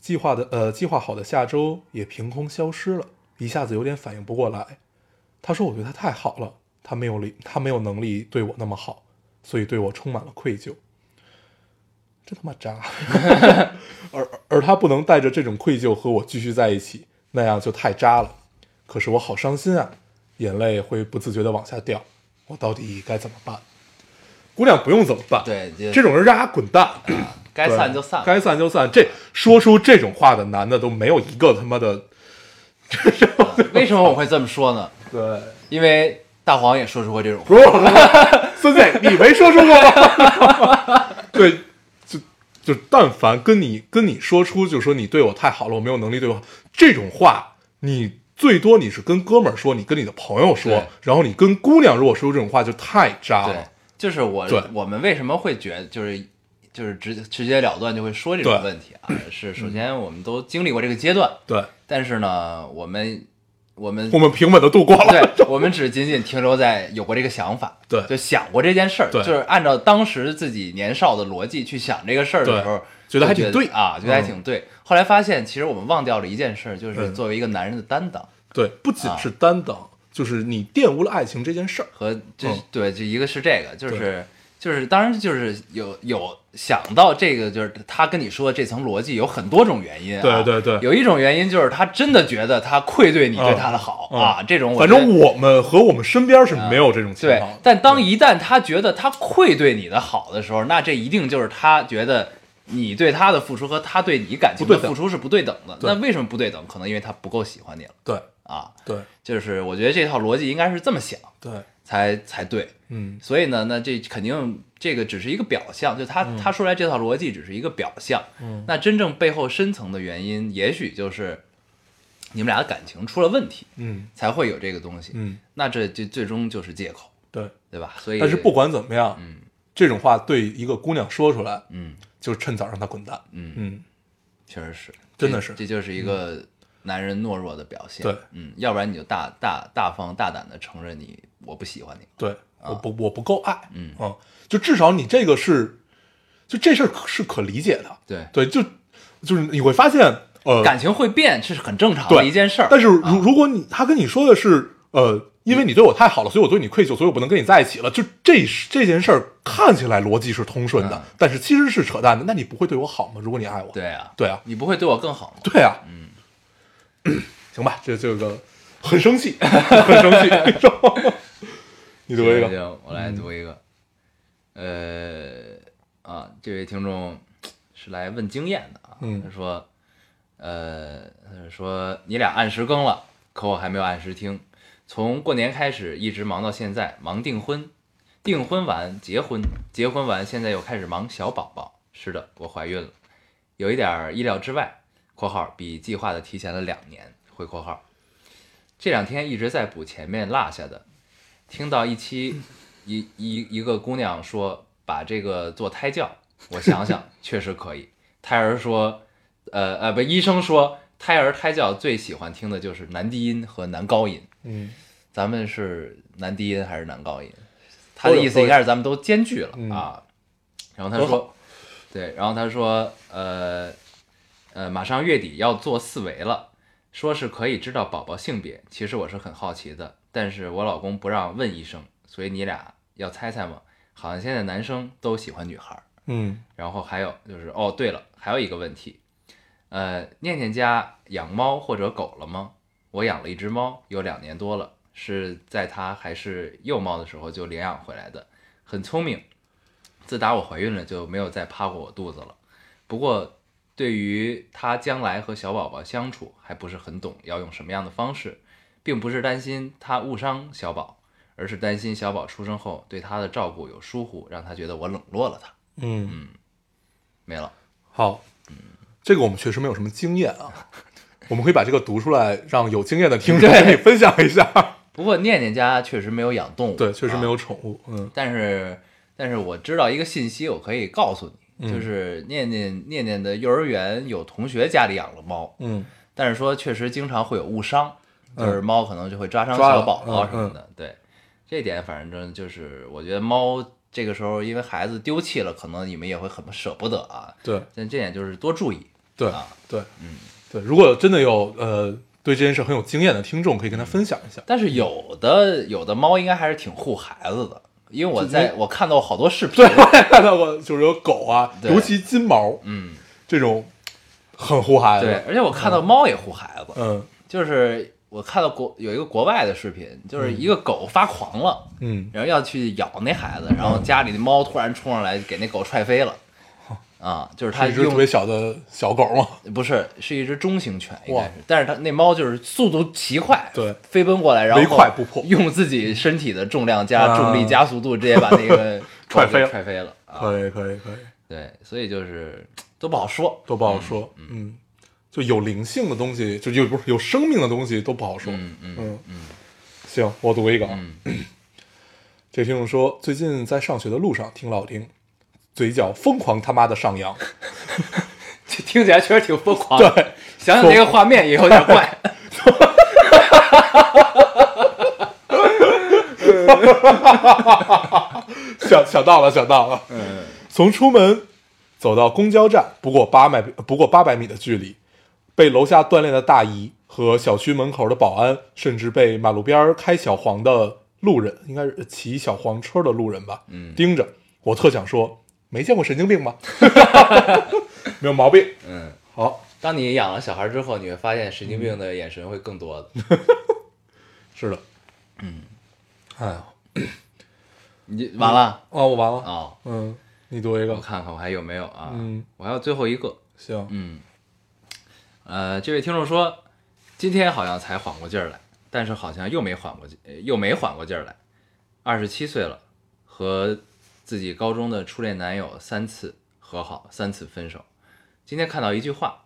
A: 计划的呃，计划好的下周也凭空消失了，一下子有点反应不过来。他说我对他太好了，他没有力，他没有能力对我那么好，所以对我充满了愧疚。真他妈渣！而而他不能带着这种愧疚和我继续在一起，那样就太渣了。可是我好伤心啊，眼泪会不自觉的往下掉，我到底该怎么办？姑娘不用怎么办，
B: 对就
A: 这种人让他滚蛋，
B: 该散就散，
A: 该散就散。这说出这种话的男的都没有一个他妈的，
B: 为什么我会这么说呢？
A: 对，
B: 因为大黄也说出过 这种话。
A: 不是我说，孙子，你没说出过吗？ 对，就就但凡跟你跟你说出，就说你对我太好了，我没有能力对我好这种话，你最多你是跟哥们儿说，你跟你的朋友说
B: 对，
A: 然后你跟姑娘如果说出这种话，就太渣
B: 对
A: 了。，
B: 就是我
A: 对
B: 我们为什么会觉得就是就是直直截了断就会说这种
A: 对
B: 问 题啊？是首先我们都经历过这个阶段，
A: 对，
B: 但是呢，我们我们
A: 我们平稳的度过了。
B: 对，我们只仅仅停留在有过这个想法，
A: 对
B: 就想过这件事儿，
A: 对
B: 就是按照当时自己年少的逻辑去想这个事儿的时候，
A: 对觉得还挺
B: 就
A: 对
B: 啊，觉得还挺对。后来发现，其实我们忘掉了一件事儿，就是
A: 嗯
B: 作为一个男人的担当
A: 对，不仅
B: 啊
A: 是担当，就是你玷污了爱情这件事儿。
B: 和这、
A: 嗯
B: 对，就一个是这个，就
A: 对
B: 是。就是，当然就是有有想到这个，就是他跟你说的这层逻辑有很多种原因、啊。
A: 对对对
B: 有一种原因就是他真的觉得他愧对你对
A: 嗯
B: 他的好、
A: 嗯
B: 啊，这种我
A: 反
B: 觉得
A: 正我们和我们身边是没有这种情
B: 对
A: 况的。，
B: 但当一旦他觉得他愧对你的好的时候，那这一定就是他觉得你对他的付出和他对你感情
A: 不
B: 的
A: 对等
B: 付出是不对等的。
A: 对
B: 那为什么不对等？可能因为他不够喜欢你了
A: 对
B: 啊。
A: 对
B: 就是我觉得这套逻辑应该是这么想
A: 对，
B: 才才对。
A: 嗯，
B: 所以呢，那这肯定这个只是一个表象，就
A: 嗯
B: 他、他说来这套逻辑只是一个表象。嗯，那真正背后深层的原因，也许就是你们俩的感情出了问题，
A: 嗯
B: 才会有这个东西。
A: 嗯，
B: 那这就最终就是借口。
A: 对。
B: 对吧？所以
A: 但是不管怎么样，嗯，这种话对一个姑娘说出来，
B: 嗯，
A: 就趁早让她滚蛋。
B: 嗯
A: 嗯，
B: 确实是，
A: 真
B: 这
A: 的是
B: 这就是一个男人懦弱的表现。
A: 对
B: 嗯，要不然你就大大大方大胆的承认你我不喜欢你。
A: 对，我不我不够爱，
B: 嗯
A: 啊，就至少你这个是，就这事儿可是可理解的。
B: 对，
A: 对，就就是你会发现，呃，
B: 感情会变，这是很正常的
A: 对
B: 一件事儿。啊
A: 但是如如果你他跟你说的是，呃，因为你对我太好了，所以我对你愧疚，所以我不能跟你在一起了，就这这件事儿看起来逻辑是通顺的
B: 嗯，
A: 但是其实是扯淡的。那你不会对我好吗？如果你爱我，
B: 对啊，
A: 对啊，
B: 你不会对我更好吗？
A: 对啊，嗯，
B: 嗯
A: 行吧，这这个很生气， 很生气，你读一
B: 行
A: 个，
B: 行，我来读一个。呃，啊，这位听众是来问经验的啊。
A: 嗯
B: 他说，呃，他说你俩按时更了，可我还没有按时听。从过年开始一直忙到现在，忙订婚，订婚完结婚，结婚完现在又开始忙小宝宝。是的，我怀孕了，有一点儿意料之外（括号比计划的提前了两年）回括号。这两天一直在补前面落下的，听到一期一一一个姑娘说把这个做胎教，我想想确实可以。胎儿说，呃呃不，医生说胎儿胎教最喜欢听的就是男低音和男高音。
A: 嗯，
B: 咱们是男低音还是男高音？他的意思一开始咱们都兼具了啊。然后他
A: 多
B: 说，对，然后他说，呃呃，马上月底要做四维了，说是可以知道宝宝性别，其实我是很好奇的，但是我老公不让问医生，所以你俩要猜猜嘛。好像现在男生都喜欢女孩儿，
A: 嗯
B: 然后还有就是，哦，对了，还有一个问题，呃，念念家养猫或者狗了吗？我养了一只猫，有两年多了，是在它还是幼猫的时候就领养回来的，很聪明。自打我怀孕了，就没有再趴过我肚子了。不过，对于它将来和小宝宝相处，还不是很懂要用什么样的方式。并不是担心他误伤小宝，而是担心小宝出生后对他的照顾有疏忽，让他觉得我冷落了他。
A: 嗯，
B: 没了，
A: 好，这个我们确实没有什么经验 啊，我们可以把这个读出来，让有经验的听众
B: 对
A: 跟你分享一下。
B: 不过念念家确实没有养动物，
A: 对，确实没
B: 啊
A: 有宠物，嗯
B: 但是，但是我知道一个信息，我可以告诉你，
A: 嗯
B: 就是念念念念的幼儿园有同学家里养了猫，
A: 嗯，
B: 但是说确实经常会有误伤，就是
A: 嗯
B: 猫可能就会抓伤
A: 抓了
B: 小宝宝
A: 嗯
B: 什么的。对，这点反正就是我觉得猫这个时候因为孩子丢弃了，可能你们也会很舍不得啊。
A: 对
B: 但这点就是多注意。
A: 对
B: 啊
A: 对，
B: 嗯
A: 对，如果真的有呃对这件事很有经验的听众，可以跟他分享一下。
B: 但是有的有的猫应该还是挺护孩子的，因为我
A: 就
B: 在
A: 没
B: 我看到过好多视频
A: 对，。 我也看到过，就是有狗啊，
B: 对
A: 尤其金毛
B: 嗯，
A: 这种很护孩子。
B: 对，，而且我看到猫也护孩子。
A: 嗯
B: 就是我看到国有一个国外的视频，就是一个狗发狂了，
A: 嗯，
B: 然后要去咬那孩子，然后家里的猫突然冲上来给那狗踹 飞了。啊，就是它
A: 是一只特别
B: 用
A: 小的小狗嘛。
B: 不是是一只中型犬，应该
A: 哇
B: 是，但是它那猫就是速度奇快，
A: 对
B: 飞奔过来，然后
A: 唯快不破
B: 用自己身体的重量加
A: 啊
B: 重力加速度，直接把那个狗
A: 踹
B: 给
A: 飞了
B: 踹飞了啊！
A: 可以可以可以，
B: 对，所以就是都不好说，
A: 都不好说。嗯，就有灵性的东西，就有不是有生命的东西都不好说。
B: 嗯嗯
A: 嗯行，我读一个啊。
B: 嗯
A: 这听众说，最近在上学的路上听老丁，嘴角疯狂他妈的上扬。
B: 啊这 听起来确实挺疯狂的。
A: 对，
B: 想想这个画面也有点 怪。
A: 想想到了，想到了。嗯，从出门走到公交站，不过八百不过八百米的距离，被楼下锻炼的大姨和小区门口的保安，甚至被马路边儿开小黄的路人，应该是骑小黄车的路人吧，嗯，盯着。我特想说，没见过神经病 吗？没有毛病。
B: 嗯。
A: 好，
B: 当你养了小孩之后，你会发现神经病的眼神会更多的。
A: 是的。嗯，哎呀，
B: 你嗯完了
A: 哦，我完
B: 啊、
A: 了。
B: 哦
A: 嗯，你读一
B: 我
A: 个。
B: 看看我还有没有啊？
A: 嗯，
B: 我还有最后一个。
A: 行，
B: 嗯，呃，这位听众说，今天好像才缓过劲儿来，但是好像又没缓过劲，呃又没缓过劲儿来。二十七岁了，和自己高中的初恋男友三次和好，三次分手。今天看到一句话，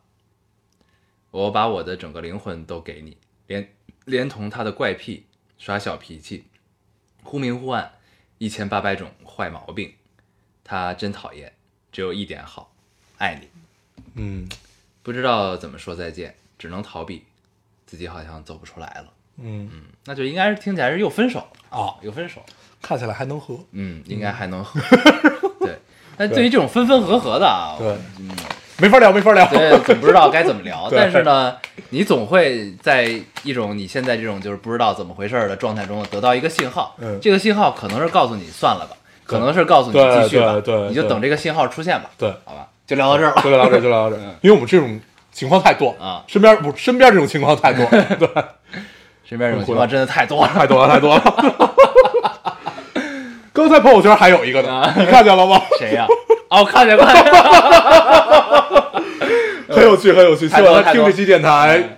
B: 我把我的整个灵魂都给你，连连同他的怪癖、耍小脾气、忽明忽暗、一千八百种坏毛病，他真讨厌。只有一点好，爱你。
A: 嗯
B: 不知道怎么说再见，只能逃避，自己好像走不出来了。
A: 嗯，
B: 那就应该是听起来是又分手了
A: 哦，
B: 又分手。
A: 看起来还能喝。
B: 嗯，应 该还能合。对，但对于这种分分合合的啊，
A: 对，没 法聊，没法聊。
B: 对，总不知道该怎么 聊。
A: 对
B: 但是呢，你总会在一种你现在这种就是不知道怎么回事儿的状态中得到一个信号。
A: 嗯
B: 这个信号可能是告诉你算了吧，可
A: 对
B: 能是告诉你
A: 对
B: 继续吧，
A: 对对
B: 你就
A: 对
B: 等这个信号出现吧。
A: 对
B: 好吧，就聊到这儿 了。
A: 就聊到这儿，就聊到这儿，因为我们这种情况太多
B: 嗯啊
A: 身边不身边这种情况太多， 对，
B: 身边这
A: 很
B: 种情
A: 苦
B: 况真的太多了。
A: 太多了，太多了。 刚才朋友圈还有一个呢
B: 啊，
A: 你看见了 吗？
B: 谁呀、啊，我看见看 见。
A: 很有趣，很有趣。希
B: 嗯太多
A: 望
B: 太
A: 他听
B: 多
A: 这期电台
B: 嗯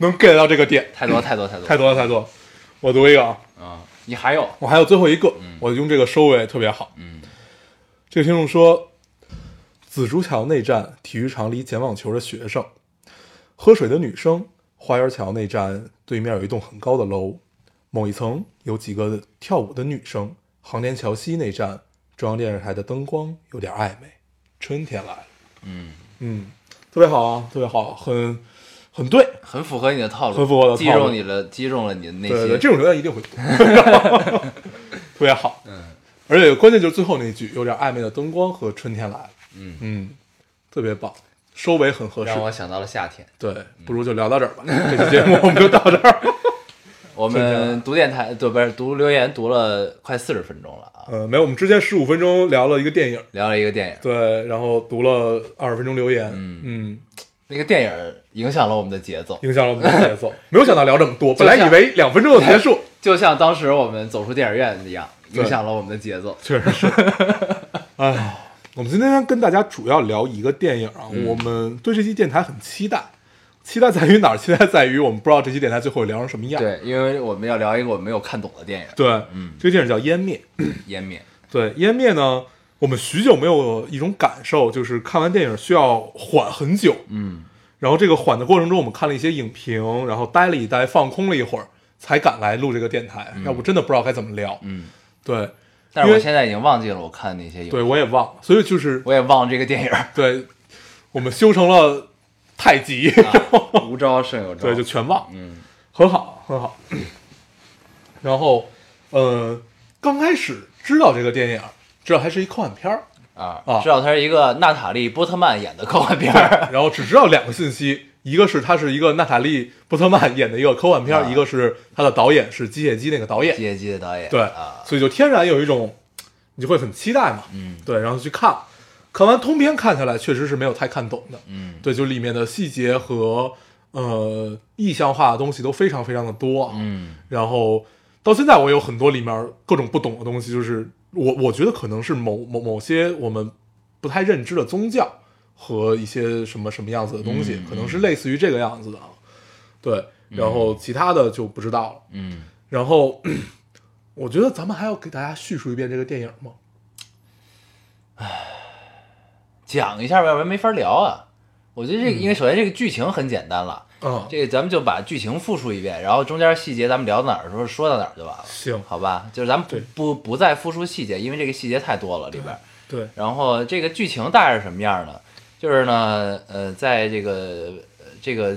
A: 能 get 到这个点，
B: 太多太多太多
A: 太多了，太多了。我读一个啊，
B: 啊！你还有
A: 我还有最后一个，我用这个收尾特别好。
B: 嗯，
A: 这个听众说，紫竹桥内站体育场里捡网球的学生，喝水的女生，花园桥内站对面有一栋很高的楼，某一层有几个跳舞的女生。航天桥西那站，中央电视台的灯光有点暧昧，春天来了。嗯嗯，特别好啊，特别好，很很对，
B: 很符合你的套路，
A: 很符合我的套路
B: 击中你了，击中了你的内心。
A: 对对对，这种留言一定会读， 特别好。嗯，而且关键就是最后那句有点暧昧的灯光和春天来了。
B: 嗯
A: 嗯，特别棒，收尾很合适
B: 让。我想到了夏天。
A: 对，不如就聊到这儿吧，这期节目我们就到这 儿。
B: 我们读电台，对，不是读留言，读了快四十分钟了啊，
A: 呃，没有，我们之前十五分钟聊了一个电影，
B: 聊了一个电影，
A: 对，然后读了二十分钟留言，嗯
B: 那个电影影响了我们的节奏，
A: 影响了我们的节奏。没有想到聊这么多，本来
B: 就像
A: 以为两分钟就结束，
B: 就像当时我们走出电影院一样，
A: 对
B: 影响了我们的节奏。
A: 确实是。 哎呀，
B: 嗯
A: 我们今天跟大家主要聊一个电影啊，我们对这期电台很期待。期待在于哪儿？期待在于我们不知道这期电台最后聊成什么样。
B: 对，嗯因为我们要聊一个我没有看懂的电影
A: 对，这个电影叫《湮灭》。
B: 《湮灭
A: 对，《湮灭》呢，我们许久没有一种感受，就是看完电影需要缓很久。
B: 嗯，
A: 然后这个缓的过程中，我们看了一些影评，然后待了一待，放空了一会儿，才敢来录这个电台，要不真的不知道该怎么聊。》，
B: 嗯，
A: 对，
B: 但是我
A: 因为
B: 现在已经忘记了我看那些影，
A: 对我也忘了，所以就是
B: 我也忘了这个电 影。
A: 对，我们修成了太极，
B: 无招胜有招，
A: 对，就全忘。
B: 啊嗯
A: 很好，很好。 然后，呃，刚开始知道这个电影，知道它是一科幻片儿，
B: 啊
A: 啊，
B: 知道它是一个娜塔莉波特曼演的科幻片儿，
A: 然后只知道两个信息，一个是它是一个娜塔莉波特曼演的一个科幻片儿，
B: 啊
A: 一个是它的导演是《机械姬》那个导演，
B: 机械姬的导演，
A: 对，
B: 啊，
A: 所以就天然有一种你就会很期待嘛，
B: 嗯
A: 对，然后去看，看完通篇看下来，确实是没有太看懂的，
B: 嗯
A: 对，就里面的细节和呃意象化的东西都非常非常的多啊，
B: 嗯
A: 然后到现在我有很多里面各种不懂的东西，就是我我觉得可能是某某某些我们不太认知的宗教和一些什么什么样子的东西，
B: 嗯
A: 可能是类似于这个样子的啊。对，然后其他的就不知道了。
B: 嗯，
A: 然后 我觉得咱们还要给大家叙述一遍这个电影吗？
B: 讲一下吧，要不然没法聊啊。我觉得这个，因为首先这个剧情很简单了，
A: 嗯，
B: 这个咱们就把剧情复述一遍，然后中间细节咱们聊到哪儿的时候说到哪儿就完了，
A: 行，
B: 好吧？就是咱们
A: 对
B: 不不不再复述细节，因为这个细节太多了里边儿。
A: 对，
B: 然后这个剧情大概是什么样呢？就是呢，呃，在这个呃这个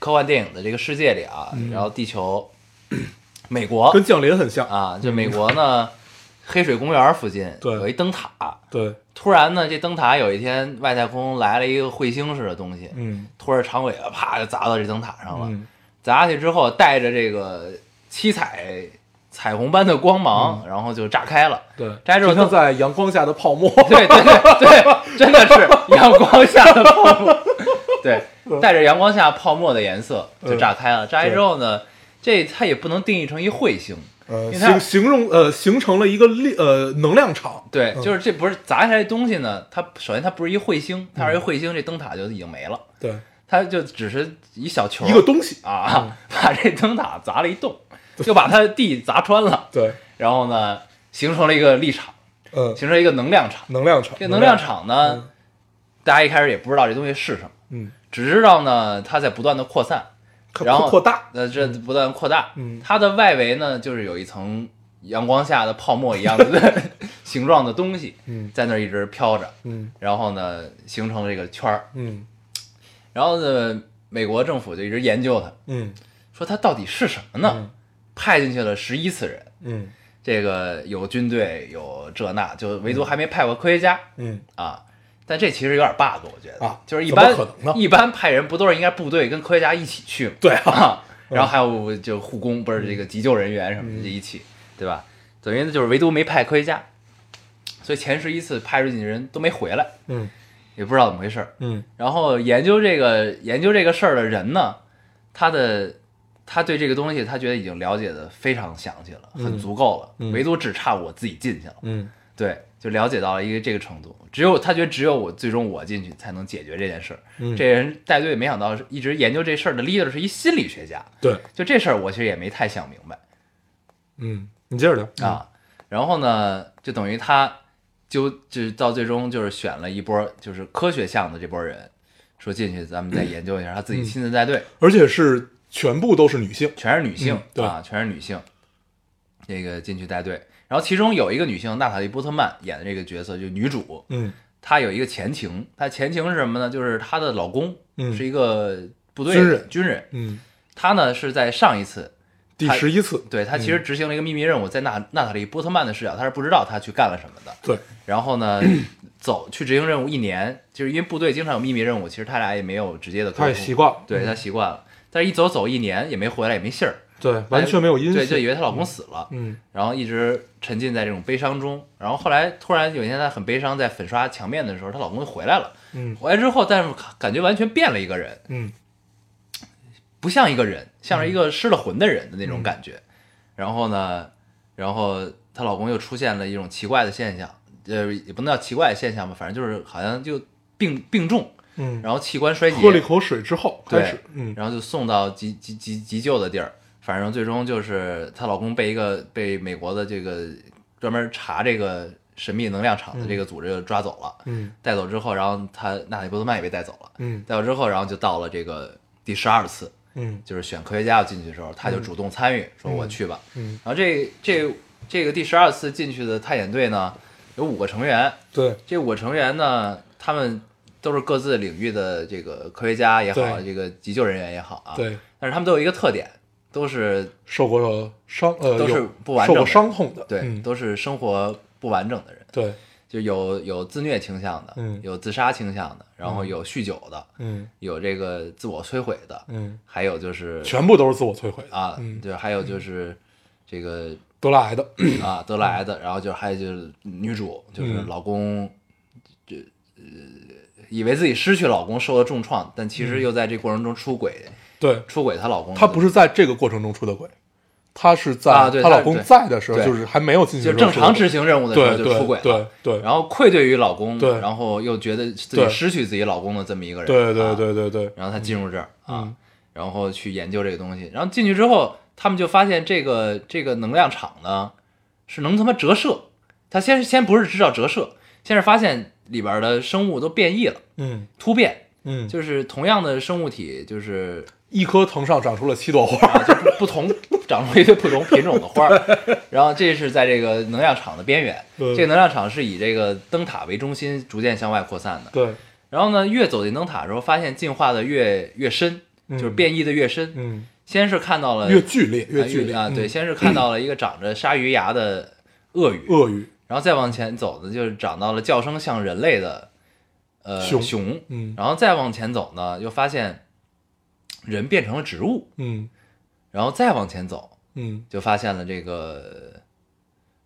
B: 科幻电影的这个世界里啊，然后地球，美国
A: 嗯跟降临很像。
B: 啊，就美国呢，黑水公园附近
A: 对
B: 有一灯塔，
A: 对，
B: 突然呢，这灯塔有一天外太空来了一个彗星似的东西，
A: 嗯
B: 拖着长尾巴啪就砸到这灯塔上了，
A: 嗯
B: 砸下去之后带着这个七彩彩虹般的光
A: 嗯
B: 芒，然后就炸 开了。
A: 对，
B: 摘这种
A: 就像在阳光下的泡沫。
B: 对对对对，真的 是阳光下的泡沫，对，
A: 嗯
B: 带着阳光下泡沫的颜色就炸开了。炸开之后呢，这它也不能定义成一彗星，
A: 呃，
B: 因为它
A: 形形容呃形成了一个力呃能量场，
B: 对，
A: 嗯
B: 就是这不是砸下来的东西呢，它首先它不是一彗星，它
A: 嗯
B: 要是一彗星，这灯塔就已经没了，
A: 对，
B: 它就只是一小球，
A: 一个嗯东西，
B: 啊， 把这灯塔砸了一洞，就把它的地砸穿了，
A: 对，
B: 然后呢，形成了一个立场，
A: 嗯，
B: 形成一个能量场。
A: 能量场，
B: 这能量，场呢，大家一开始也不知道这东西是什么。
A: 嗯，
B: 只知道呢，它在不断的扩散，
A: 扩
B: 然后
A: 扩大，
B: 那这不断地扩大，
A: 嗯
B: 它的外围呢，就是有一层阳光下的泡沫一 样的形状的东西，
A: 嗯
B: 在那儿一直飘着，
A: 嗯
B: 然后呢，形成了这个圈儿，
A: 嗯
B: 然后呢，美国政府就一直研究它，
A: 嗯
B: 说它到底是什么呢？
A: 嗯
B: 派进去了十一次人，
A: 嗯
B: 这个有军队，有这那，就唯独还没派过科学家
A: 嗯，
B: 啊。但这其实有点 bug，我觉得
A: 啊
B: 就是一
A: 怎么
B: 般
A: 可能呢
B: 一般派人不都是应该部队跟科学家一起去吗？
A: 对 啊，
B: 啊， 然后还有就护工，不是
A: 嗯
B: 这个急救人员什么的，就一起，对吧？等于就是唯独没派科学家，所以前十一次派出去的人都没回来，
A: 嗯
B: 也不知道怎么回事儿。
A: 嗯
B: 然后研究这个研究这个事儿的人呢，他的他对这个东西，他觉得已经了解的非常详细了，很足够了，
A: 嗯
B: 唯独只差我自己进去了。
A: 嗯
B: 对，就了解到了一个这个程度，只有他觉得只有我最终我进去才能解决这件事儿。
A: 嗯
B: 这人带队没想到是一直研究这事儿的 leader 是一心理学家，
A: 对，
B: 就这事儿我其实也没太想明白
A: 嗯，你接着聊，
B: 啊。然后呢，就等于他就就到最终就是选了一波就是科学向的这波人，说进去咱们再研究一下，他自己亲自带队，
A: 而且是全部都是女性，
B: 全是女性、
A: 嗯对
B: 啊，全是女性，这个进去带队。然后其中有一个女性，娜塔莉波特曼演的这个角色就是女主，
A: 嗯
B: 她有一个前情，她前情是什么呢？就是她的老公
A: 嗯
B: 是一个部队
A: 军人
B: 军人
A: 嗯，
B: 她呢是在上一次，
A: 第
B: 他
A: 十一次，
B: 对她其
A: 嗯
B: 实执行了一个秘密任务，在娜娜塔莉波特曼的视角，她是不知道她去干了什么的。
A: 对，
B: 然后 呢，走去执行任务一年，就是因为部队经常有秘密任务，其实他俩也没有直接的沟
A: 她也
B: 通，
A: 习惯了，
B: 对她习惯了。但是一走走一年也没回来，也没信儿，
A: 对，完全没有音
B: 对，就以
A: 讯，
B: 为她老公死了，
A: 嗯
B: 然后一直沉浸在这种悲伤中。然后后来突然有一天，她很悲伤，在粉刷墙面的时候，她老公就回来了。
A: 嗯
B: 回来之后，但是感觉完全变了一个人，
A: 嗯
B: 不像一个人，像是一个失了魂的人的那种感觉。然后呢，然后她老公又出现了一种奇怪的现象，呃，也不能叫奇怪的现象吧，反正就是好像就病病重，
A: 嗯，
B: 然后器官衰竭，
A: 喝了一口水之后开
B: 对
A: 始，，嗯，
B: 然后就送到急急急急救的地儿，反正最终就是她老公被一个被美国的这个专门查这个神秘能量场的这个组织抓走了，
A: 嗯
B: 带走之后，然后她娜里波特曼也被带走了，
A: 嗯
B: 带走之后，然后就到了这个第十二次，
A: 嗯
B: 就是选科学家要进去的时候，她就主动参与，说我去吧，
A: 嗯，
B: 然后这这这个第十二次进去的探险队呢，有五个成员，
A: 对，
B: 这五个成员呢，他们都是各自领域的这个科学家也好，
A: 对
B: 这个急救人员也好啊。
A: 对。
B: 但是他们都有一个特点，都是
A: 受过伤呃
B: 都是
A: 有
B: 不完
A: 受
B: 整的
A: 过伤痛的，
B: 对、
A: 嗯
B: 都是生活不完整的人，
A: 对，
B: 就有有自虐倾向的，
A: 嗯
B: 有自杀倾向的，然后有酗酒的，
A: 嗯
B: 有这个自我摧毁的，
A: 嗯，
B: 还有就是
A: 全部都是自我摧毁的，
B: 啊，
A: 嗯
B: 对，还有就是这个
A: 得了癌的，
B: 啊得了癌的，然后就还有就是女主就是
A: 嗯
B: 老公，这、呃以为自己失去老公受了重创，但其实又在这过程中出轨，
A: 对，
B: 出轨她老公，
A: 嗯她不是在这个过程中出的轨，她是在
B: 啊对
A: 她
B: 她
A: 老公
B: 对
A: 在的时候，
B: 对
A: 就是还没有进去
B: 就
A: 的时候
B: 正
A: 出
B: 常
A: 的
B: 执行任务的时
A: 轨
B: 候
A: 对
B: 就出轨了，
A: 对对对
B: 然后愧对于老公，
A: 对
B: 然后又觉得自己
A: 对
B: 失去自己老公的这么一个人，
A: 对
B: 啊
A: 对对对嗯对，
B: 然后她进入这儿啊
A: 嗯，
B: 然后去研究这个东西，然后进去之后，他们就发现这个这个能量场呢是能他妈折射，他先先不是知道折射，先是发现里边的生物都变异了，
A: 嗯
B: 突变，
A: 嗯，
B: 就是同样的生物体，就是
A: 一棵藤上长出了七朵花，
B: 啊，就不不同长出一堆不同品种的花儿。 然后这是在这个能量场的边缘，
A: 对
B: 这个能量场是以这个灯塔为中心，逐渐向外扩散的。
A: 对，
B: 然后呢，越走进灯塔的时候，发现进化的越越深，就是
A: 嗯
B: 变异的越深。
A: 嗯，
B: 先是看到了
A: 越剧烈
B: 啊
A: 越剧烈
B: 啊，对，
A: 嗯
B: 先是看到了一个长着鲨鱼牙的鳄鱼，
A: 鳄鱼，
B: 然后再往前走呢，就是长到了叫声像人类的呃
A: 熊
B: 熊
A: 嗯
B: 然后再往前走呢，又发现人变成了植物，
A: 嗯
B: 然后再往前走，
A: 嗯
B: 就发现了这个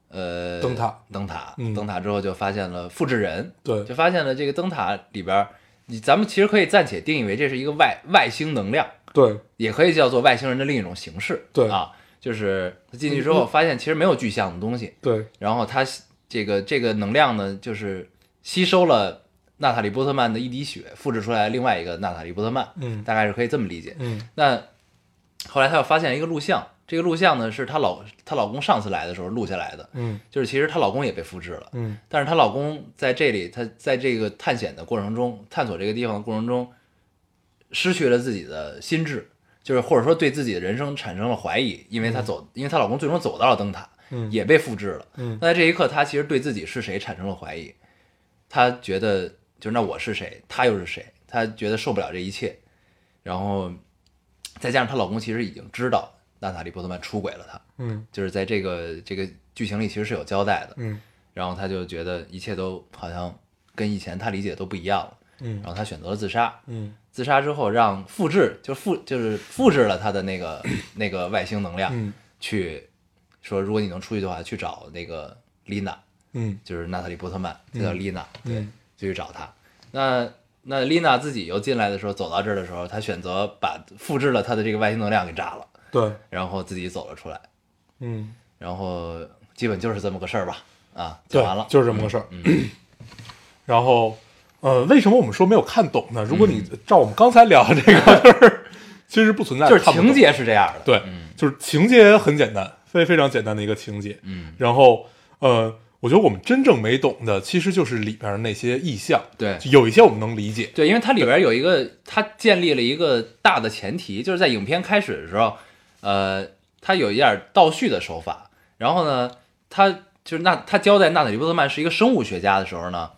B: 呃
A: 灯塔，
B: 灯塔，
A: 嗯
B: 灯塔之后就发现了复制人，
A: 对
B: 就发现了这个灯塔里边儿，你咱们其实可以暂且定义为这是一个外外星能量，
A: 对
B: 也可以叫做外星人的另一种形式，
A: 对
B: 啊，就是他进去之后发现其实没有具象的东西，
A: 对
B: 然后他这个这个能量呢，就是吸收了。娜塔莉波特曼的一滴血复制出来另外一个娜塔莉波特曼，
A: 嗯
B: 大概是可以这么理解。
A: 嗯
B: 那后来她又发现一个录像，这个录像呢是她老她老公上次来的时候录下来的，
A: 嗯
B: 就是其实她老公也被复制了，
A: 嗯
B: 但是她老公在这里，她在这个探险的过程中，探索这个地方的过程中，失去了自己的心智，就是或者说对自己的人生产生了怀疑，因为她走，因为她老公最终走到了灯塔，
A: 嗯
B: 也被复制了。
A: 嗯
B: 那在这一刻，她其实对自己是谁产生了怀疑，她觉得就是那我是谁，她又是谁，她觉得受不了这一切，然后再加上她老公其实已经知道娜塔莉波特曼出轨了她，
A: 嗯
B: 就是在这个这个剧情里其实是有交代的，
A: 嗯
B: 然后她就觉得一切都好像跟以前她理解都不一样了，
A: 嗯
B: 然后她选择了自杀。
A: 嗯
B: 自杀之后，让复制就复就是复制了她的那个 那个外星能量，
A: 嗯
B: 去说如果你能出去的话，去找那个丽娜，
A: 嗯
B: 就是娜塔莉波特曼，她叫丽娜，对
A: 嗯，
B: 就去找她。那那丽娜自己又进来的时候，走到这儿的时候，她选择把复制了她的这个外星能量给炸了，
A: 对，
B: 然后自己走了出来，
A: 嗯
B: 然后基本就是这么个事儿吧。啊，
A: 对
B: 讲完了，嗯
A: 就是这么个事儿。然后，呃，为什么我们说没有看懂呢？如果你照我们刚才聊的这个，就是其实不存在，
B: 嗯就是
A: 看不懂
B: 情，节是嗯这样的，
A: 对，就是情节很简单，非非常简单的一个情节。
B: 嗯，
A: 然后，呃，我觉得我们真正没懂的，其实就是里边那些意象，
B: 对
A: 就有一些我们能理解，
B: 对，因为它里边有一个，它建立了一个大的前提，就是在影片开始的时候，呃，它有一点倒叙的手法。然后呢，他就是那他交代纳塔利波特曼是一个生物学家的时候呢，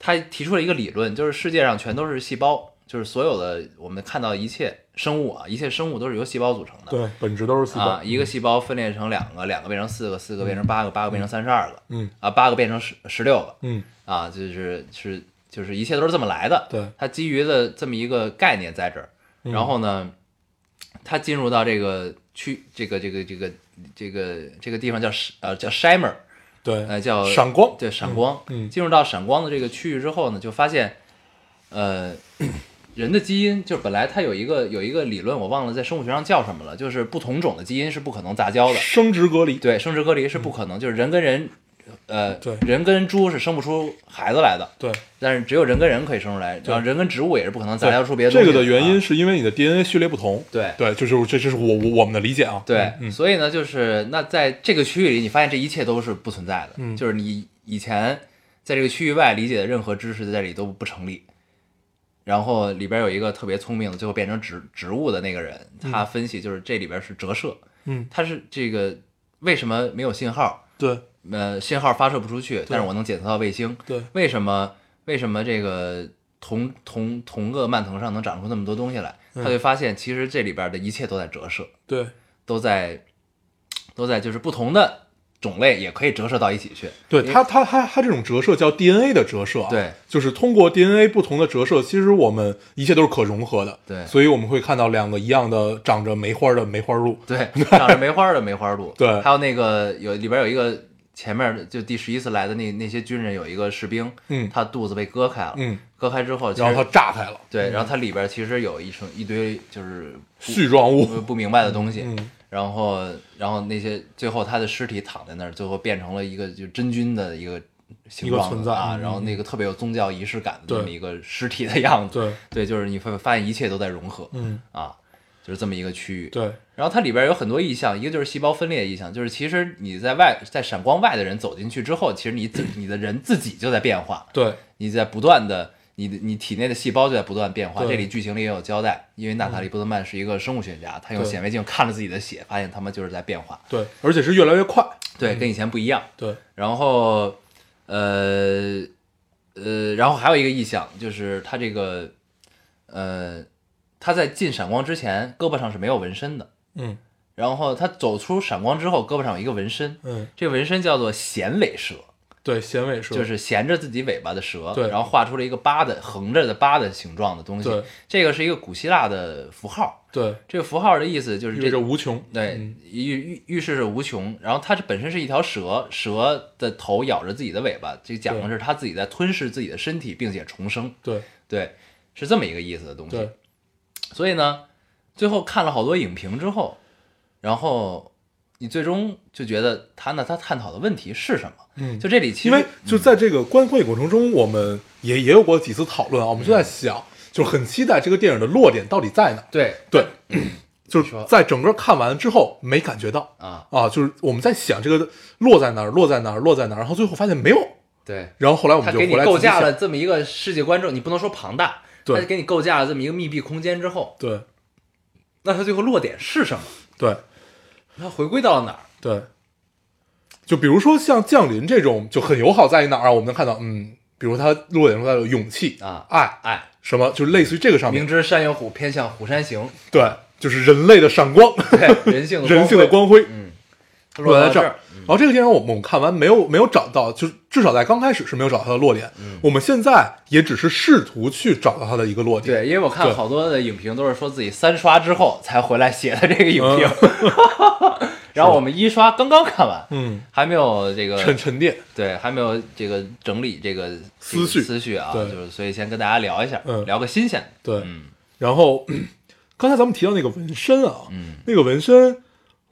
B: 他提出了一个理论，就是世界上全都是细胞，就是所有的我们看到的一切生物啊，一切生物都是由细胞组成的。
A: 对，本质都是细胞，
B: 啊，一个细胞分裂成两个，两个变成四个，四个变成八个，八个变成三十二个，
A: 嗯
B: 啊，八个变成十十六个，
A: 嗯
B: 啊，就是是就是一切都是这么来的。
A: 对嗯
B: 它基于的这么一个概念在这儿，然后呢，它进入到这个区这个这个这个这个这个地方叫闪呃叫 Shimmer，
A: 哎对，
B: 呃叫
A: 闪光，
B: 对闪光、
A: 嗯
B: 进入到闪光的这个区域之后呢，就发现呃。人的基因就是本来它有一个有一个理论，我忘了在生物学上叫什么了，就是不同种的基因是不可能杂交的，
A: 生殖隔离，
B: 对，生殖隔离是不可能，就是人跟人，呃，
A: 对
B: 人跟猪是生不出孩子来的，
A: 对，
B: 但是只有人跟人可以生出来，然后人跟植物也是不可能杂交出别的东
A: 这
B: 西
A: 个的原因
B: 啊
A: 是因为你的 DNA 序列不同。
B: 对
A: 对，就是这，这是我我我们的理解啊。
B: 对，
A: 嗯，
B: 所以呢，就是那在这个区域里，你发现这一切都是不存在的，
A: 嗯
B: 就是你以前在这个区域外理解的任何知识，在这里都不成立。然后里边有一个特别聪明的，最后变成植植物的那个人，他分析就是这里边是折射，
A: 嗯，
B: 它是这个为什么没有信号？
A: 对
B: 呃，信号发射不出去，但是我能检测到卫星。
A: 对，
B: 为什么为什么这个同同同个蔓藤上能长出那么多东西来？
A: 嗯
B: 他就发现其实这里边的一切都在折射，
A: 对，
B: 都在都在就是不同的种类也可以折射到一起去。
A: 对它，它它它这种折射叫 DNA 的折射啊，
B: 对，
A: 就是通过 DNA 不同的折射，其实我们一切都是可融合的，
B: 对
A: 所以我们会看到两个一样的长着梅花的梅花鹿，
B: 对，长着梅花的梅花鹿。
A: 对
B: 还有那个有里边有一个前面就第十一次来的那那些军人有一个士兵，
A: 嗯
B: 他肚子被割开了，
A: 嗯，
B: 割开之后，
A: 然后它嗯炸开了，
B: 对，然后它里边其实有一层一堆就是
A: 絮状物，
B: 不不明白的东西，
A: 嗯
B: 然后然后那些最后他的尸体躺在那儿，最后变成了一个就真菌的一个形状
A: 一个存在
B: 啊，
A: 嗯
B: 然后那个特别有宗教仪式感的这么
A: 对
B: 一个尸体的样子，
A: 对，
B: 对，就是你会发现一切都在融合，
A: 嗯，
B: 啊，就是这么一个区域，
A: 对，
B: 然后它里边有很多意象，一个就是细胞分裂意象，就是其实你在外在闪光外的人走进去之后，其实你自你的人自己就在变化，
A: 对，
B: 你在不断的，你的你体内的细胞就在不断变化。
A: 对嗯
B: 这里剧情里也有交代，因为娜塔莉波特曼是一个生物学家，她用
A: 对
B: 显微镜看着自己的血，发现他们就是在变化，
A: 对，而且是越来越快，
B: 对，跟以前不一样。
A: 对，
B: 然后，呃呃，然后还有一个意象就是他这个，呃，他在进闪光之前胳膊上是没有纹身的，
A: 嗯
B: 然后他走出闪光之后胳膊上有一个纹身，
A: 嗯，
B: 这个纹身叫做衔尾蛇。
A: 对，衔尾蛇，
B: 就是衔着自己尾巴的蛇，
A: 对
B: 然后画出了一个八的横着的八的形状的东西
A: 对。
B: 这个是一个古希腊的符号，
A: 对，
B: 这个符号的意思就是
A: 意味
B: 这
A: 着无穷，
B: 对
A: 嗯
B: 预预预示着无穷。然后它这本身是一条蛇，蛇的头咬着自己的尾巴，这讲的
A: 对
B: 是它自己在吞噬自己的身体，并且重生。
A: 对
B: 对，是这么一个意思的东西。
A: 对，
B: 所以呢，最后看了好多影评之后，然后你最终就觉得他呢，他探讨的问题是什么？
A: 嗯
B: 就这里其实
A: 因为就在这个观观影过程中，我们也也有过几次讨论啊，我们就
B: 嗯
A: 在想，就很期待这个电影的落点到底在哪。
B: 对
A: 对，就
B: 嗯你说
A: 是在整个看完之后没感觉到
B: 啊，
A: 啊，就是我们在想这个落在哪儿，落在哪儿，落在哪儿，然后最后发现没有，
B: 对。
A: 然后后来我
B: 他
A: 们就
B: 给
A: 回
B: 你
A: 来
B: 构
A: 仔细
B: 架
A: 想
B: 了这么一个世界观之后，你不能说庞大，
A: 对
B: 他给你构架了这么一个密闭空间之后，
A: 对
B: 那它最后落点是什么？
A: 对
B: 它回归到了哪儿？
A: 对，就比如说像《降临》这种就很友好在于哪儿啊，我们能看到，嗯，比如它落点出来了勇气
B: 啊
A: 爱
B: 哎，
A: 什么，就类似于这个上面
B: 明，知山有虎，偏向虎山行，
A: 对，就是人类的闪光，
B: 对人性的
A: 人性的
B: 光
A: 光辉。
B: 辉
A: 落
B: 落
A: 在
B: 到
A: 这
B: 儿
A: 儿。，然后这个电影我们我们看完没有没有找到，就是至少在刚开始是没有找到它的落点。
B: 嗯
A: 我们现在也只是试图去找到它的一个落点。
B: 对，因为我看
A: 对
B: 好多的影评都是说自己三刷之后才回来写的这个影评， 然后我们一刷刚刚看完，
A: 嗯，
B: 还没有这个
A: 沉沉淀，
B: 对，还没有这个整理这个
A: 思绪
B: 思绪啊，
A: 对
B: 就是所以先跟大家聊一下，
A: 嗯
B: 聊个新鲜的。
A: 对。
B: 嗯
A: 然后 刚才咱们提到那个纹身啊，
B: 嗯
A: 那个纹身，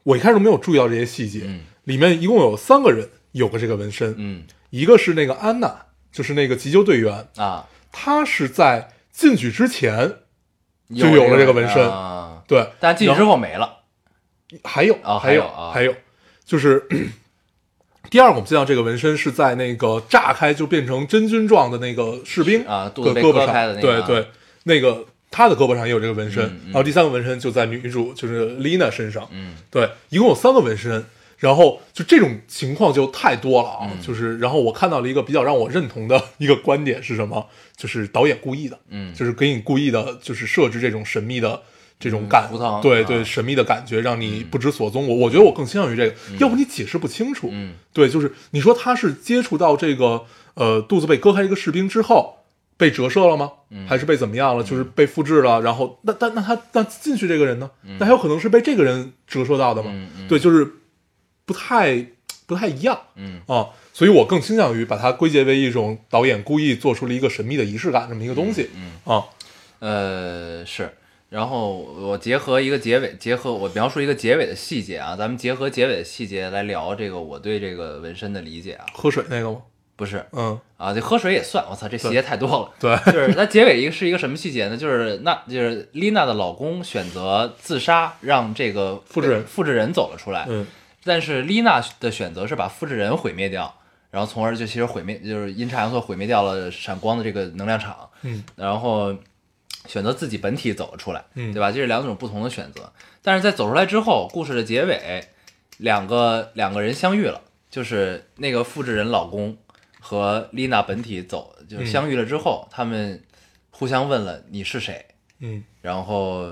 A: 我一开始都没有注意到这些细节。
B: 嗯
A: 里面一共有三个人有个这个纹身，
B: 嗯
A: 一个是那个安娜，就是那个急救队员，
B: 啊，
A: 她是在进去之前，
B: 就
A: 就有了这个纹身
B: 啊、
A: 对，
B: 但进去之后没了。
A: 还有
B: 啊还
A: 还
B: 有
A: 有
B: 啊
A: 还有，就是第二个我们见到这个纹身是在那个炸开就变成真菌状的那个士兵
B: 啊肚子
A: 的
B: 被
A: 胳
B: 割
A: 膊
B: 开的那
A: 上，
B: 个
A: 对
B: 啊
A: 对，那个他的胳膊上也有这个纹身
B: 嗯，嗯
A: 然后第三个纹身就在女主就是 Lina 身上，
B: 嗯，
A: 对，一共有三个纹身。然后就这种情况就太多了啊，
B: 嗯
A: 就是然后我看到了一个比较让我认同的一个观点是什么？就是导演故意的，
B: 嗯
A: 就是给你故意的，就是设置这种神秘的这种感，
B: 嗯图腾
A: 对
B: 啊
A: 对，神秘的感觉，让
B: 嗯
A: 你不知所踪。我我觉得我更倾向于这个，要不你解释不清楚。
B: 嗯，
A: 对，就是你说他是接触到这个呃肚子被割开一个士兵之后被折射了吗？
B: 嗯
A: 还是被怎么样了？就是被复制了，然后那那那他那进去这个人呢？那还有可能是被这个人折射到的吗？
B: 嗯
A: 对，就是不太不太一样。
B: 嗯
A: 啊，所以我更倾向于把它归结为一种
B: 嗯
A: 导演故意做出了一个神秘的仪式感这么一个东西。嗯啊，
B: 呃，是。然后我结合一个结尾，结合我描述一个结尾的细节啊，咱们结合结尾的细节来聊这个我对这个纹身的理解啊，
A: 喝水那个吗？
B: 不是
A: 嗯，
B: 啊，这喝水也算，我操，这细节太多了。
A: 对，
B: 就是它结尾一个是一个什么细节呢？就是那就是丽娜的老公选择自杀，让这个
A: 复制人
B: 复制人走了出来。
A: 嗯，
B: 但是丽娜的选择是把复制人毁灭掉，然后从而就其实毁灭就是阴差阳错毁灭掉了闪光的这个能量场。
A: 嗯，
B: 然后选择自己本体走了出来，
A: 嗯
B: 对吧？这是两种不同的选择。但是在走出来之后，故事的结尾，两个两个人相遇了，就是那个复制人老公和丽娜本体走，就是相遇了之后，他们互相问了你是谁，
A: 嗯，
B: 然后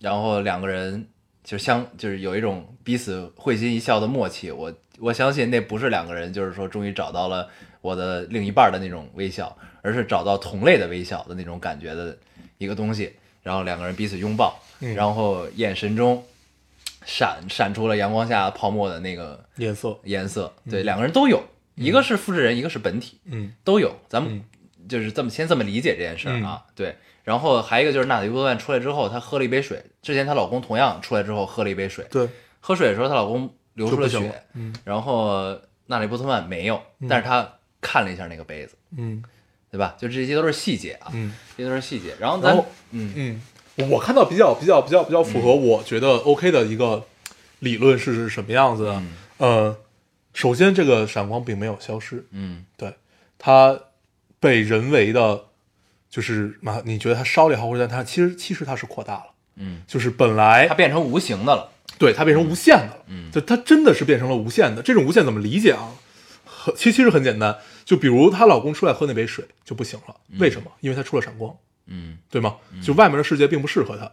B: 然后两个人就相就是有一种彼此会心一笑的默契。我我相信那不是两个人，就是说终于找到了我的另一半的那种微笑，而是找到同类的微笑的那种感觉的一个东西。然后两个人彼此拥抱，
A: 嗯
B: 然后眼神中闪闪出了阳光下泡沫的那个
A: 颜色，
B: 颜色。对，两个人都有，一个是复制人，一个是本体。
A: 嗯嗯
B: 都有，咱们就是这么先这么理解这件事儿啊。对，然后还有一个就是娜塔莉波特曼出来之后，她喝了一杯水，之前她老公同样出来之后喝了一杯水，
A: 对，
B: 喝水的时候她老公流出了
A: 就不行
B: 血
A: 了，嗯
B: 然后娜塔莉波特曼没有，但是她看了一下那个杯子，
A: 嗯
B: 对吧？就这些都是细节啊，
A: 嗯
B: 这些都是细节。然后
A: 然
B: 咱
A: 后
B: 嗯
A: 嗯，我看到比较比较比较比较符合我觉得 OK 的一个理论是什么样子的？呃，首先这个闪光并没有消失，
B: 嗯
A: 对，它被人为的，就是嘛，你觉得它烧了也好，或者它其实其实它是扩大了，
B: 嗯，
A: 就是本来
B: 它变成无形的了，
A: 对它变成无限的了，嗯，就它真的是变成了无限的。这种无限怎么理解啊？很其其实很简单，就比如她老公出来喝那杯水就不行了，为什么？因为她出了闪光，
B: 嗯
A: 对吗？就外面的世界并不适合她，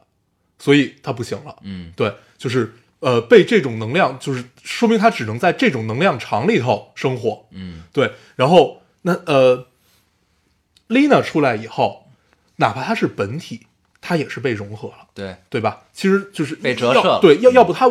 A: 所以她不行了。
B: 嗯
A: 对，就是呃，被这种能量，就是说明她只能在这种能量场里头生活。
B: 嗯
A: 对，然后那呃，Lina 出来以后，哪怕她是本体，她也是被融合了。
B: 对，
A: 对吧？其实就是
B: 被折射
A: 要
B: 了
A: 对，要要不他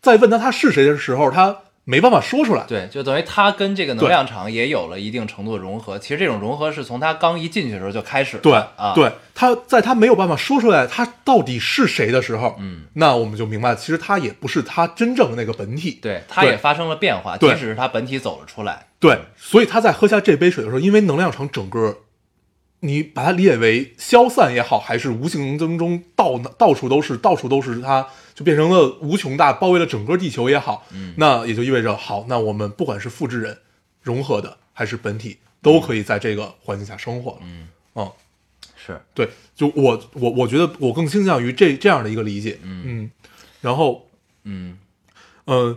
A: 在问他他是谁的时候，他没办法说出来。
B: 对，就等于它跟这个能
A: 对
B: 量场也有了一定程度的融合。其实这种融合是从它刚一进去的时候就开始了
A: 对
B: 啊，
A: 对，他在他没有办法说出来他到底是谁的时候，
B: 嗯，
A: 那我们就明白，其实他也不是他真正的那个本体。
B: 对，它
A: 对
B: 也发生了变化，即
A: 对
B: 使是它本体走了出来，
A: 对，所以他在喝下这杯水的时候，因为能量场整个，你把它理解为消散也好，还是无形中中到到处都是，到处都是它，就变成了无穷大，包围了整个地球也好，嗯，那也就意味着，好，那我们不管是复制人、融合的还是本体，
B: 嗯
A: 都可以在这个环境下生活了，嗯，嗯，
B: 是
A: 对，就我我我觉得我更倾向于这这样的一个理解，嗯，然后
B: 嗯
A: 嗯，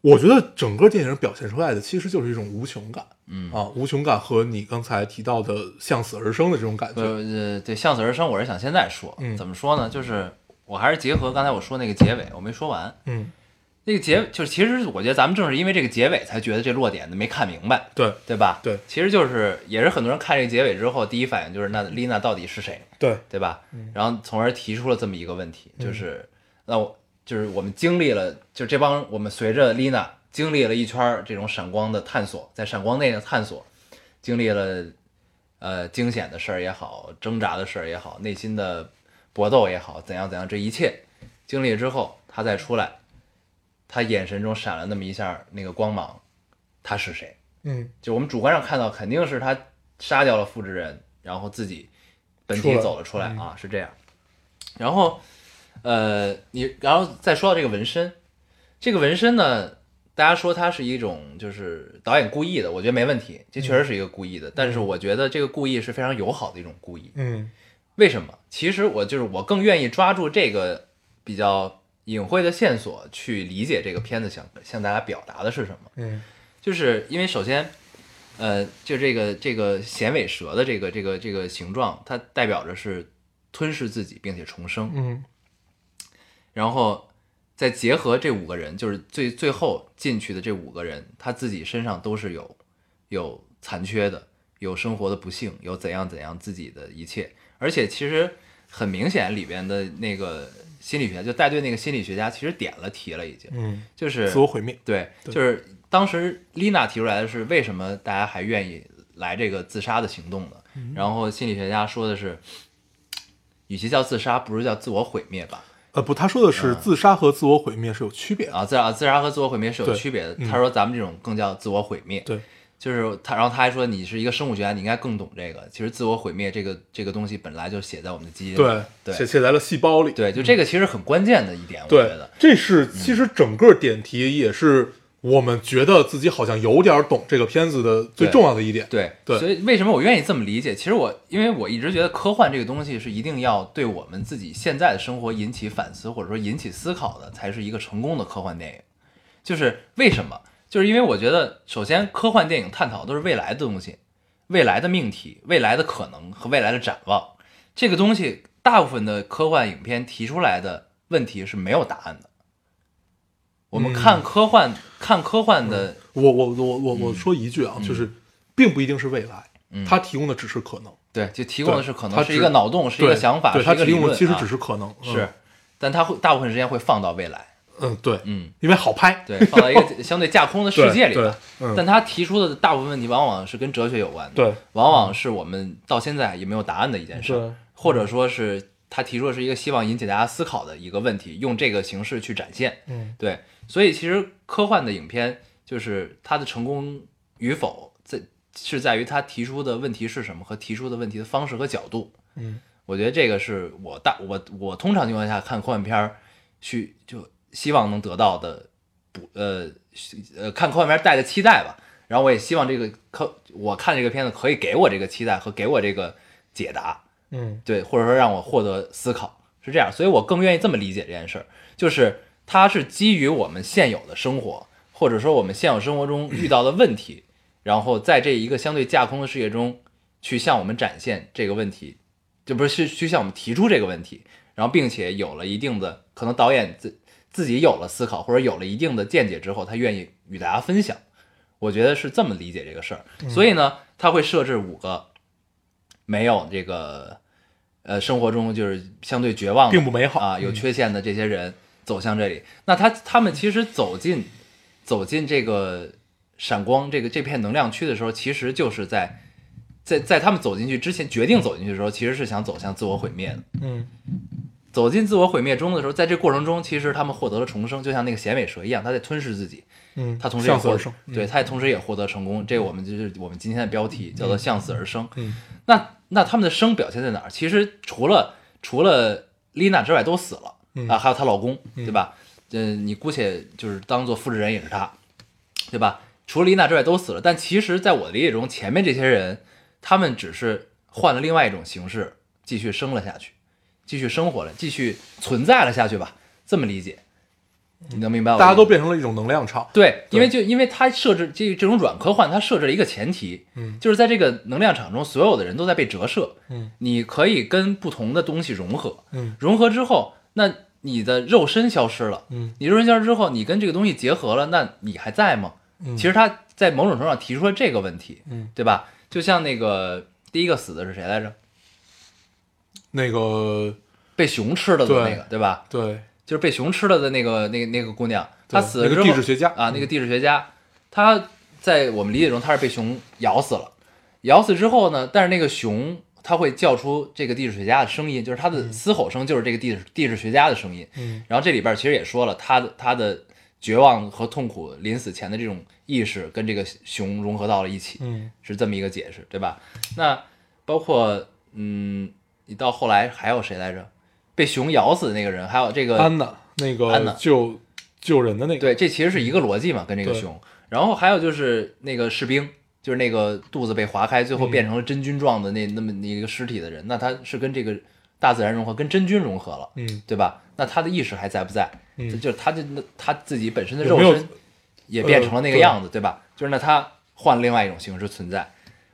A: 我觉得整个电影表现出来的其实就是一种无穷感，嗯啊，无穷感和你刚才提到的向死而生的这种感觉，
B: 呃呃，对，向死而生，我是想现在说，
A: 嗯
B: 怎么说呢？就是我还是结合刚才我说那个结尾，我没说完，
A: 嗯，
B: 那个结就是其实我觉得咱们正是因为这个结尾才觉得这落点没看明白，
A: 对
B: 对吧？
A: 对
B: 其实就是也是很多人看这个结尾之后，第一反应就是那丽娜到底是谁？
A: 对，
B: 对吧？然后从而提出了这么一个问题，就是那我就是我们经历了，就这帮我们随着丽娜经历了一圈儿这种闪光的探索，在闪光内的探索，经历了呃惊险的事儿也好，挣扎的事儿也好，内心的搏斗也好，怎样怎样，这一切经历之后，她再出来，她眼神中闪了那么一下那个光芒，她是谁？
A: 嗯
B: 就我们主观上看到，肯定是他杀掉了复制人，然后自己本体走了出来啊，是这样。然后，呃，你然后再说到这个纹身，这个纹身呢，大家说它是一种就是导演故意的，我觉得没问题，这确实是一个故意的。但是我觉得这个故意是非常友好的一种故意。
A: 嗯
B: 为什么？其实我就是我更愿意抓住这个比较隐晦的线索去理解这个片子想向大家表达的是什么。
A: 嗯
B: 就是因为首先，呃，就这个这个衔尾蛇的这个这个这个形状，它代表着是吞噬自己并且重生，
A: 嗯
B: 然后再结合这五个人，就是最最后进去的这五个人，他自己身上都是有有残缺的，有生活的不幸，有怎样怎样自己的一切，而且其实很明显里边的那个心理学家就带队那个心理学家其实点了题了已经，
A: 嗯，
B: 就是
A: 自我毁灭，
B: 对，
A: 对
B: 就是当时丽娜提出来的是为什么大家还
A: 嗯
B: 愿意来这个自杀的行动呢？然后心理学家说的是，与其叫自杀，不如叫自我毁灭吧。
A: 呃，不，他说的是自杀和自我毁灭是有区别的。
B: 嗯啊，自啊自杀和自我毁灭是有
A: 对
B: 区别的。
A: 嗯
B: 他说咱们这种更叫自我毁灭，
A: 对，
B: 就是他，然后他还说你是一个生物学家，你应该更懂这个。其实自我毁灭这个这个东西本来就写在我们的基因里，
A: 对，
B: 对
A: 写写在了细胞里。
B: 对，就这个其实很关键的一点，我觉
A: 对
B: 得，
A: 这是其实整个点题也是我们觉得自己好像有点懂这个片子的最
B: 对
A: 重要的一点。
B: 对
A: 对
B: 所以为什么我愿意这么理解？其实我因为我一直觉得科幻这个东西是一定要对我们自己现在的生活引起反思，或者说引起思考的，才是一个成功的科幻电影。就是为什么？就是因为我觉得，首先科幻电影探讨的都是未来的东西，未来的命题、未来的可能和未来的展望。这个东西，大部分的科幻影片提出来的问题是没有答案的。我们看科幻，看科幻的，
A: 我我我我
B: 嗯
A: 我说一句啊，就是并不一定是未来，它提供的只是可能，
B: 对，就提供的是可
A: 它
B: 能是一
A: 只
B: 个脑洞，是一个
A: 对
B: 想法，
A: 对，
B: 是
A: 它
B: 一个
A: 提
B: 理
A: 供
B: 论
A: 的
B: 啊，
A: 其实只是可能，嗯
B: 是，但它会大部分时间会放到未来，
A: 嗯，对，
B: 嗯，
A: 因为好拍，
B: 对，放到一个相对架空的世界 里
A: 对
B: 吧。
A: 对嗯
B: 但他提出的大部分问题往往是跟哲学有关的，
A: 对，
B: 往往是我们到现在也没有答案的一件事
A: 对
B: 儿，或者说是他提出的是一个希望引起大家思考的一个问题，用这个形式去展现，
A: 嗯，
B: 对，所以其实科幻的影片就是它的成功与否在是在于它提出的问题是什么和提出的问题的方式和角度，
A: 嗯，
B: 我觉得这个是我大我我通常情况下看科幻片儿去就希望能得到的不呃是呃看科幻片儿带的期待吧。然后我也希望这个科我看这个片子可以给我这个期待和给我这个解答，
A: 嗯，
B: 对，或者说让我获得思考，是这样。所以我更愿意这么理解这件事儿，就是它是基于我们现有的生活，或者说我们现有生活中遇到的问题，然后在这一个相对架空的世界中，去向我们展现这个问题，就不是去去向我们提出这个问题，然后并且有了一定的可能，导演自自己有了思考或者有了一定的见解之后，他愿意与大家分享。我觉得是这么理解这个事儿，
A: 嗯
B: 所以呢，他会设置五个没有这个呃生活中就是相对绝望的、
A: 并不美好嗯
B: 啊，有缺陷的这些人走向这里。那他他们其实走进走进这个闪光这个这片能量区的时候，其实就是在在在他们走进去之前，决定走进去的时候，其实是想走向自我毁灭的。
A: 嗯，
B: 走进自我毁灭中的时候，在这过程中，其实他们获得了重生，就像那个显尾蛇一样，它在吞噬自己。
A: 嗯，
B: 他同时也
A: 向死
B: 获
A: 而生，嗯
B: 对，他也同时也获得成功。这个我们就是我们今天的标题叫做“向死而生”。
A: 嗯，
B: 那那他们的生表现在哪儿？其实除了除了丽娜之外都死了、
A: 嗯
B: 啊，还有她老公，对吧？嗯，你姑且就是当做复制人也是她，对吧？除了丽娜之外都死了，但其实在我的理解中，前面这些人他们只是换了另外一种形式继续生了下去，继续生活了，继续存在了下去吧。这么理解，你能明白我的
A: 大
B: 意
A: 家
B: 思
A: 都
B: 吗
A: 变成了一种能量场，
B: 对，因为
A: 对
B: 就因为它设置这这种软科幻，它设置了一个前提，嗯，就是在这个能量场中，所有的人都在被折射，
A: 嗯，
B: 你可以跟不同的东西融合，
A: 嗯，
B: 融合之后，那你的肉身消失了，
A: 嗯，
B: 你肉身消失之后，你跟这个东西结合了，那你还在吗？
A: 嗯
B: 其实他在某种程度上提出了这个问题，
A: 嗯，
B: 对吧？就像那个第一个死的是谁来着？
A: 那个
B: 被熊吃了的那个，
A: 对
B: 对吧？
A: 对，
B: 就是被熊吃了的那个那个那个姑娘，
A: 对
B: 她死了
A: 那
B: 之
A: 个
B: 后，
A: 地质学家
B: 啊，那个地质学家，他在我们理解中他是被熊咬死了，咬死之后呢，但是那个熊它会叫出这个地质学家的声音，就是它的嘶吼声就是这个地质地质学家的声音。
A: 嗯，
B: 然后这里边其实也说了，他的他的绝望和痛苦，临死前的这种意识跟这个熊融合到了一起。
A: 嗯，
B: 是这么一个解释，对吧？那包括嗯，你到后来还有谁来着？被熊咬死的那个人，还有这个
A: 安娜那
B: 安娜
A: 个救救人的那个，
B: 对，这其实是一个逻辑嘛，跟这个
A: 对
B: 熊。然后还有就是那个士兵，就是那个肚子被划开，最
A: 嗯
B: 后变成了真菌状的那、那么一个尸体的人，那他是跟这个大自然融合，跟真菌融合了，
A: 嗯，
B: 对吧？那他的意识还在不在？嗯、就是他就那他自己本身的
A: 有
B: 肉
A: 没有
B: 身也变成了那个
A: 呃
B: 样子，对吧？就是那他换了另外一种形式存在，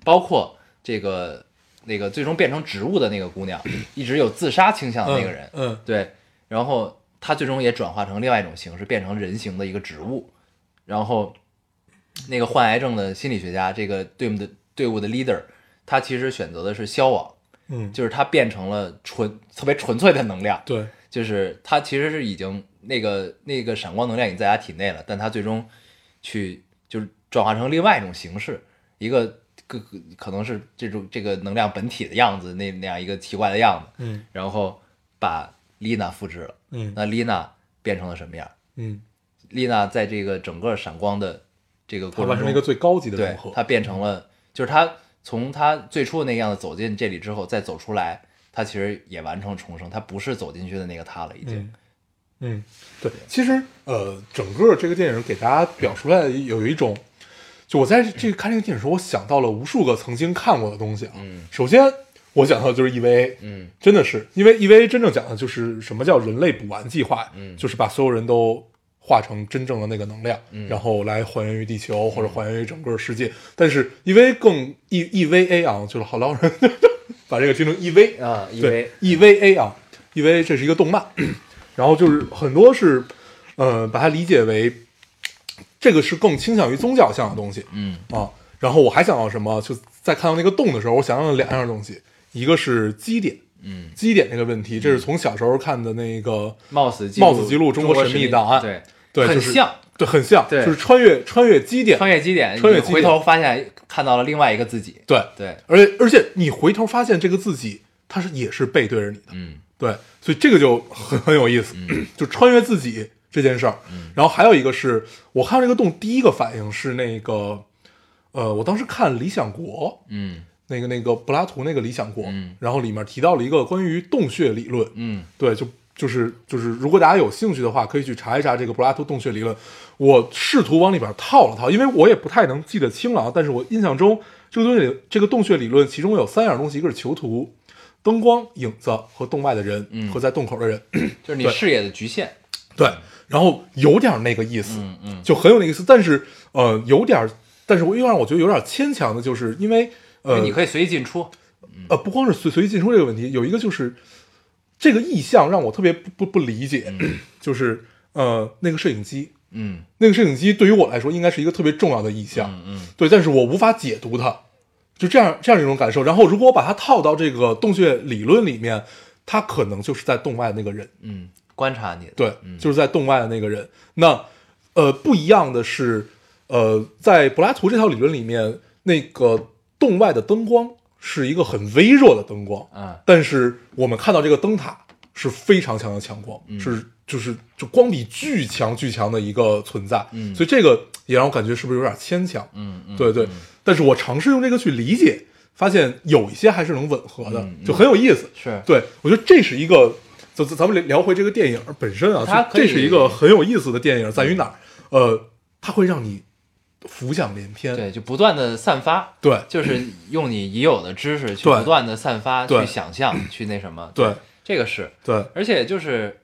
B: 包括这个那个最终变成植物的那个姑娘，一直有自杀倾向的那个人，
A: 嗯，
B: 对，然后它最终也转化成另外一种形式，变成人形的一个植物。然后那个患癌症的心理学家，这个队伍的队伍的 leader，他其实选择的是消亡，
A: 嗯，
B: 就是他变成了纯特别纯粹的能量，
A: 对，
B: 就是他其实是已经那个那个闪光能量已经在他体内了，但他最终去就是转化成另外一种形式，一个个个可能是这种这个能量本体的样子，那那样一个奇怪的样子，
A: 嗯
B: 然后把丽娜复制了。
A: 嗯
B: 那丽娜变成了什么样？
A: 嗯，
B: 丽娜在这个整个闪光的这个
A: 它
B: 过程
A: 完成
B: 中，
A: 了一个最高级的
B: 对
A: 融合，
B: 它变成了，就是它从它最初的那个样子走进这里之后，再走出来，它其实也完成重生，它不是走进去的那个他了，已经。
A: 嗯嗯，对，其实呃，整个这个电影给大家表述出来的有一种，就我在这个看这个电影的时候，我想到了无数个曾经看过的东西啊。
B: 嗯
A: 首先我想到的就是 EVA，
B: 嗯
A: 真的是因为 EVA 真正讲的就是什么叫人类补完计划，
B: 嗯
A: 就是把所有人都化成真正的那个能量，
B: 嗯
A: 然后来还原于地球或者还原于整个世界。但是 EVA 更 E EVA 啊，就是好老人 把这个听成 E EVA
B: 啊，因
A: 对
B: 为
A: EVA 啊，EVA 这是一个动漫， 然后就是很多是，呃，把它理解为这个是更倾向于宗教向的东西
B: 嗯
A: 啊。然后我还想到什么，就在看到那个洞的时候，我想到了两样东西，一个是基点，
B: 嗯，
A: 基点这个问题，这是从小时候看的那个
B: 冒死记
A: 冒死记录中
B: 中
A: 国
B: 国
A: 神秘
B: 秘
A: 档啊案
B: 对
A: 对，
B: 很
A: 就是
B: 像，
A: 对，很像，
B: 对
A: 就是穿越穿越基点，
B: 穿越基点，
A: 穿越
B: 你
A: 基
B: 回
A: 点
B: 头发现看到了另外一个自己。
A: 对，
B: 对，
A: 而且而且你回头发现这个自己，他是也是背对着你的，
B: 嗯
A: 对，所以这个就很很有意思， 就穿越自己这件事儿。然后还有一个是我看到这个洞，第一个反应是那个，呃，我当时看《理想国》
B: 嗯
A: 那个那个柏拉图那个《理想国》
B: 嗯
A: 然后里面提到了一个关于洞穴理论，
B: 嗯
A: 对，就就是就是，如果大家有兴趣的话，可以去查一查这个柏拉图洞穴理论。我试图往里边套了套，因为我也不太能记得清了啊，但是我印象中这个东西，这个洞穴理论其中有三样东西，一个是囚徒、灯光、影子和洞外的人、
B: 嗯
A: 和在洞口的人，
B: 就是你
A: 对
B: 视野的局限。
A: 对，然后有点那个意思，
B: 嗯嗯
A: 就很有那个意思，但是呃，有点，但是我又让我觉得有点牵强的，就是因为呃，
B: 就你可以随意进出。
A: 呃，不光是随随意进出这个问题，有一个就是这个意象让我特别不不不理解，就是呃那个摄影机，
B: 嗯
A: 那个摄影机对于我来说应该是一个特别重要的意象，
B: 嗯嗯
A: 对，但是我无法解读它，就这样这样一种感受。然后如果我把它套到这个洞穴理论里面，它可能就是在洞外的那个人，
B: 嗯，观察你的。
A: 对，
B: 嗯
A: 就是在洞外的那个人。那呃，不一样的是，呃，在柏拉图这套理论里面，那个洞外的灯光是一个很微弱的灯光，
B: 啊
A: 但是我们看到这个灯塔是非常强的强光，
B: 嗯
A: 是就是就光比巨强巨强的一个存在，
B: 嗯
A: 所以这个也让我感觉是不是有点牵强？
B: 嗯嗯，
A: 对对，但是我尝试用这个去理解，发现有一些还是能吻合的，
B: 嗯
A: 就很有意思。
B: 是。
A: 对，我觉得这是一个，咱咱咱们聊回这个电影本身啊，
B: 它
A: 就
B: 可以嗯
A: 这是一个很有意思的电影，在于哪儿？呃，它会让你浮想联翩，
B: 对，就不断的散发，
A: 对
B: 就是用你已有的知识去
A: 对
B: 不断的散发，
A: 对
B: 去想象，去那什么。
A: 对
B: 这个是，
A: 对
B: 而且就是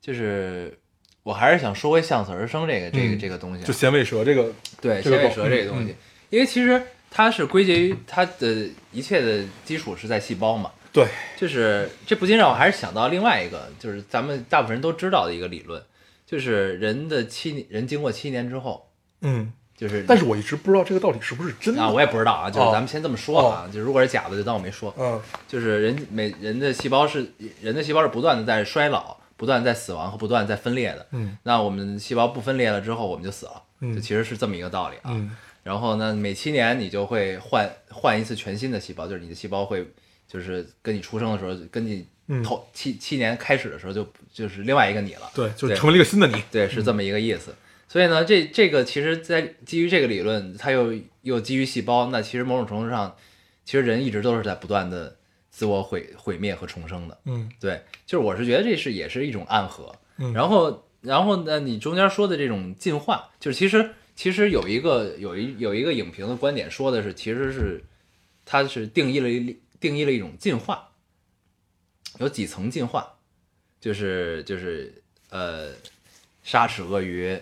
B: 就是，我还是想说回向死而生这个这个
A: 嗯
B: 这个东西啊，
A: 就响尾蛇这个，
B: 对
A: 这
B: 响
A: 个嗯
B: 尾
A: 狗
B: 蛇这个东西，因为其实它是归结于它的一切的基础是在细胞嘛，
A: 对，
B: 就是这不禁让我还是想到另外一个，就是咱们大部分人都知道的一个理论，就是人的七年人经过七年之后，
A: 嗯，
B: 就是
A: 但是我一直不知道这个到底是不是真的，
B: 啊，我也不知道啊，就是
A: 哦
B: 咱们先这么说吧啊，就如果是假的，就当我没说。
A: 嗯
B: 就是人每人的细胞是人的细胞是不断的在衰老、不断地在死亡和不断地在分裂的。
A: 嗯，
B: 那我们细胞不分裂了之后，我们就死了。
A: 嗯
B: 就其实是这么一个道理啊。
A: 嗯
B: 然后呢，每七年你就会换换一次全新的细胞，就是你的细胞会就是跟你出生的时候，跟你
A: 嗯
B: 头、七七年开始的时候就就是另外一个你了。
A: 对，就是
B: 对
A: 成为了一个新的你，
B: 对，是这么一个意思。所以呢，这这个其实，在基于这个理论，它又又基于细胞，那其实某种程度上，其实人一直都是在不断的自我毁毁灭和重生的。
A: 嗯
B: 对，就是我是觉得这是也是一种暗合。
A: 嗯
B: 然后，然后呢，你中间说的这种进化，就是其实其实有一个有一有一个影评的观点说的是，其实是它是定义了一定义了一种进化，有几层进化，就是就是呃，鲨齿鳄鱼，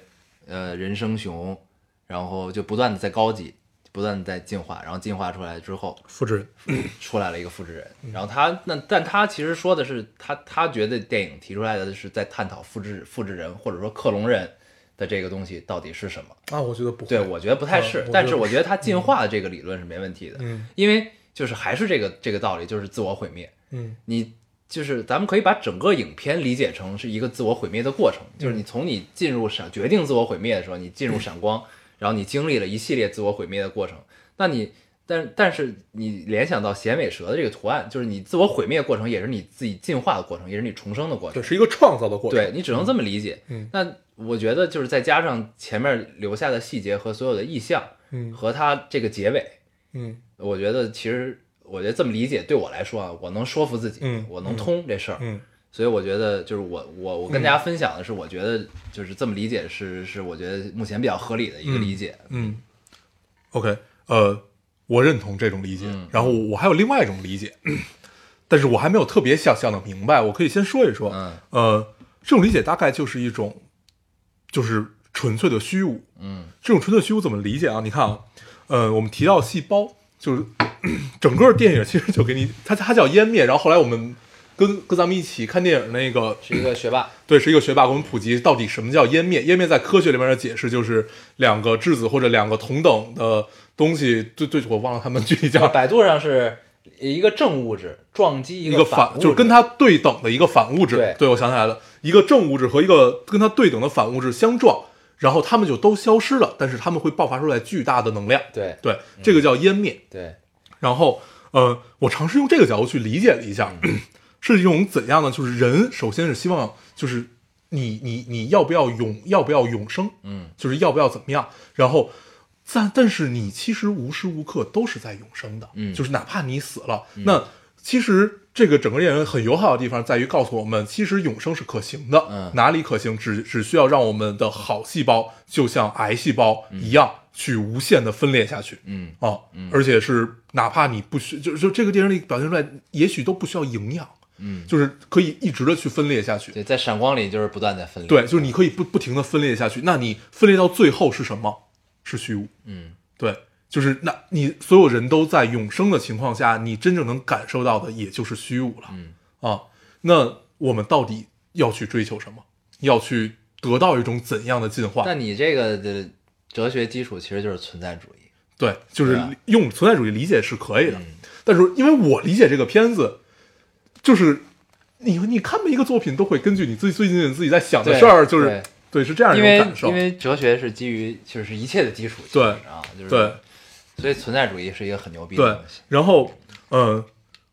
B: 呃，人生熊，然后就不断的在高级，不断的在进化，然后进化出来之后，
A: 复制人，
B: 出来了一个复制人，
A: 嗯
B: 然后他那但他其实说的是他他觉得电影提出来的是在探讨复制复制人或者说克隆人的这个东西到底是什么？
A: 啊，我觉得不会，
B: 对，我觉得不太
A: 嗯我
B: 是，
A: 觉得
B: 但是
A: 不
B: 我觉得他进化的这个理论是没问题的，
A: 嗯
B: 因为就是还是这个这个道理，就是自我毁灭。
A: 嗯
B: 你就是咱们可以把整个影片理解成是一个自我毁灭的过程，就是
A: 嗯
B: 你从你进入闪决
A: 嗯
B: 定自我毁灭的时候，你进入闪光，然后你经历了一系列自我毁灭的过程，那你但但是你联想到衔尾蛇的这个图案，就是你自我毁灭的过程，也是你自己进化的过程，也是你重生的过程
A: 对，。是一个创造的过程。
B: 对你只能这么理解。
A: 嗯
B: 那我觉得就是再加上前面留下的细节和所有的意象，
A: 嗯
B: 和它这个结尾，
A: 嗯
B: 我觉得其实我觉得这么理解对我来说啊，我能说服自己，
A: 嗯
B: 我能通这事儿。
A: 嗯
B: 所以我觉得就是我我我跟大家分享的是，我觉得就是这么理解是是我觉得目前比较合理的一个理解。
A: 嗯，OK，呃，我认同这种理解。
B: 嗯
A: 然后我还有另外一种理解， 但是我还没有特别想想的明白，我可以先说一说。
B: 嗯
A: 呃，这种理解大概就是一种，就是纯粹的虚无。
B: 嗯
A: 这种纯粹虚无怎么理解啊？你看啊，呃，我们提到细胞，就是 整个电影其实就给你，它它叫湮灭。然后后来我们跟跟咱们一起看电影那个
B: 是一个学霸，
A: 对，是一个学霸给我们普及到底什么叫湮灭。湮灭在科学里面的解释就是两个质子或者两个同等的东西，对对，我忘了他们具体叫
B: 百度上是一个正物质撞击一
A: 一个
B: 反
A: 反，
B: 物质，
A: 就是跟它对等的一个反物质。
B: 对
A: 我想起来了，一个正物质和一个跟它对等的反物质相撞，然后它们就都消失了，但是它们会爆发出来巨大的能量。
B: 对
A: 对，这个叫湮灭。
B: 对
A: 然后，呃，我尝试用这个角度去理解了一下，
B: 嗯
A: 是一种怎样呢？就是人首先是希望，就是你你你要不要永要不要永生？
B: 嗯，
A: 就是要不要怎么样？然后，但但是你其实无时无刻都是在永生的，
B: 嗯
A: 就是哪怕你死了，那其实。这个整个电影很友好的地方在于告诉我们，其实永生是可行的。
B: 嗯
A: 哪里可行？只只需要让我们的好细胞，就像癌细胞一样，去无限的分裂下去。
B: 嗯
A: 啊，而且是哪怕你不需，就是就这个电影里表现出来，也许都不需要营养，
B: 嗯，
A: 就是可以一直的去分裂下去。
B: 对，在闪光里就是不断在分裂。
A: 对，就是你可以不不停的分裂下去，那你分裂到最后是什么？是虚无。
B: 嗯
A: 对，就是那你所有人都在永生的情况下，你真正能感受到的也就是虚无了。
B: 嗯
A: 啊，那我们到底要去追求什么？要去得到一种怎样的进化？
B: 但你这个的哲学基础其实就是存在主义。
A: 对，就是
B: 对啊
A: 用存在主义理解是可以的，
B: 嗯
A: 但是因为我理解这个片子，就是你你看每一个作品都会根据你最最近自己在想的
B: 对
A: 事儿，就是
B: 对
A: 是这样一
B: 因
A: 种
B: 为
A: 感受
B: 因。为哲学是基于就是一切的基础，
A: 对
B: 基本上就是
A: 对，
B: 所以存在主义是一个很牛逼的
A: 对
B: 东西。，
A: 然后呃，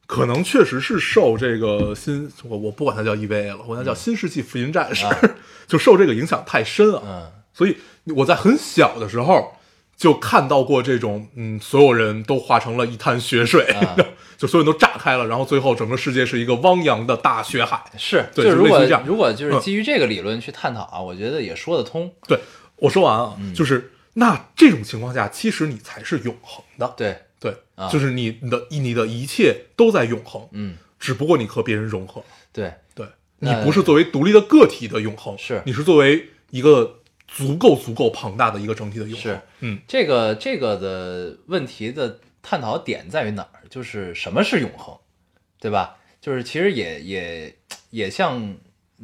A: 可能确实是受这个新我我不管它叫 EVA 了，我管它叫新世纪福音战士， 就受这个影响太深了。
B: 嗯
A: 所以我在很小的时候就看到过这种，嗯，所有人都化成了一滩血水，
B: 啊
A: 就所有人都炸开了，然后最后整个世界是一个汪洋的大血海。
B: 是，
A: 对
B: 就
A: 就
B: 如
A: 类似
B: 果
A: 于这样
B: 如果就是
A: 嗯
B: 基于这个理论去探讨啊，我觉得也说得通。
A: 对，我说完啊，
B: 嗯
A: 就是那这种情况下，其实你才是永恒的。
B: 对，
A: 对，
B: 啊
A: 就是你你的你的一切都在永恒，
B: 嗯，
A: 只不过你和别人融合。
B: 对，
A: 对你
B: 那
A: 不是作为独立的个体的永恒，
B: 是
A: 你是作为一个足够足够庞大的一个整体的永恒。
B: 是
A: 嗯，
B: 这个这个的问题的探讨点在于哪儿？就是什么是永恒，对吧？就是其实也也也像，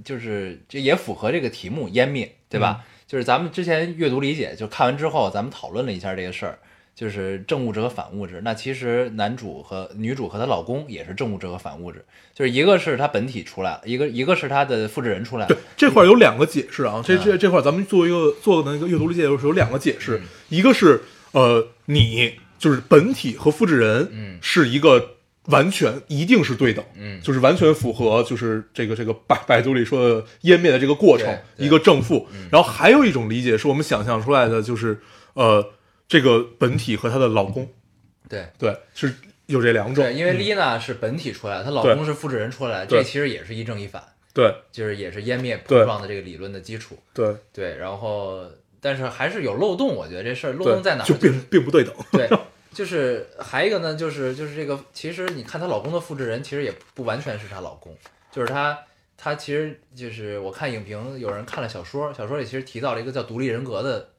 B: 就是这也符合这个题目湮灭，对
A: 嗯
B: 吧？就是咱们之前阅读理解，就看完之后，咱们讨论了一下这个事儿，就是正物质和反物质。那其实男主和女主和她老公也是正物质和反物质，就是一个是他本体出来了，一个一个是他的复制人出来了
A: 对。，这块儿有两个解释啊，这
B: 嗯
A: 这这块儿咱们做一个做那个阅读理解的时候有两个解
B: 嗯
A: 释，一个是呃你就是本体和复制人，嗯，是一个完全一定是对等，
B: 嗯
A: 就是完全符合就是这个这个百百度里说的湮灭的这个过程
B: 对，对嗯
A: 一个正负。然后还有一种理解是我们想象出来的，就是呃这个本体和她的老公，
B: 对
A: 对，是有这两种，嗯
B: 对，因为丽娜是本体出来的，她老
A: 对
B: 公是复制人出来的，
A: 对
B: 这其实也是一正一反。
A: 对
B: 就是也是湮灭碰
A: 对
B: 撞的这个理论的基础。
A: 对
B: 对，然后但是还是有漏洞，我觉得这事儿漏洞
A: 对
B: 在哪儿？
A: 就并并不对等，
B: 对，就是还一个呢，就是就是这个，其实你看她老公的复制人，其实也不完全是她老公，就是她她其实就是我看影评，有人看了小说，小说里其实提到了一个叫独立人格的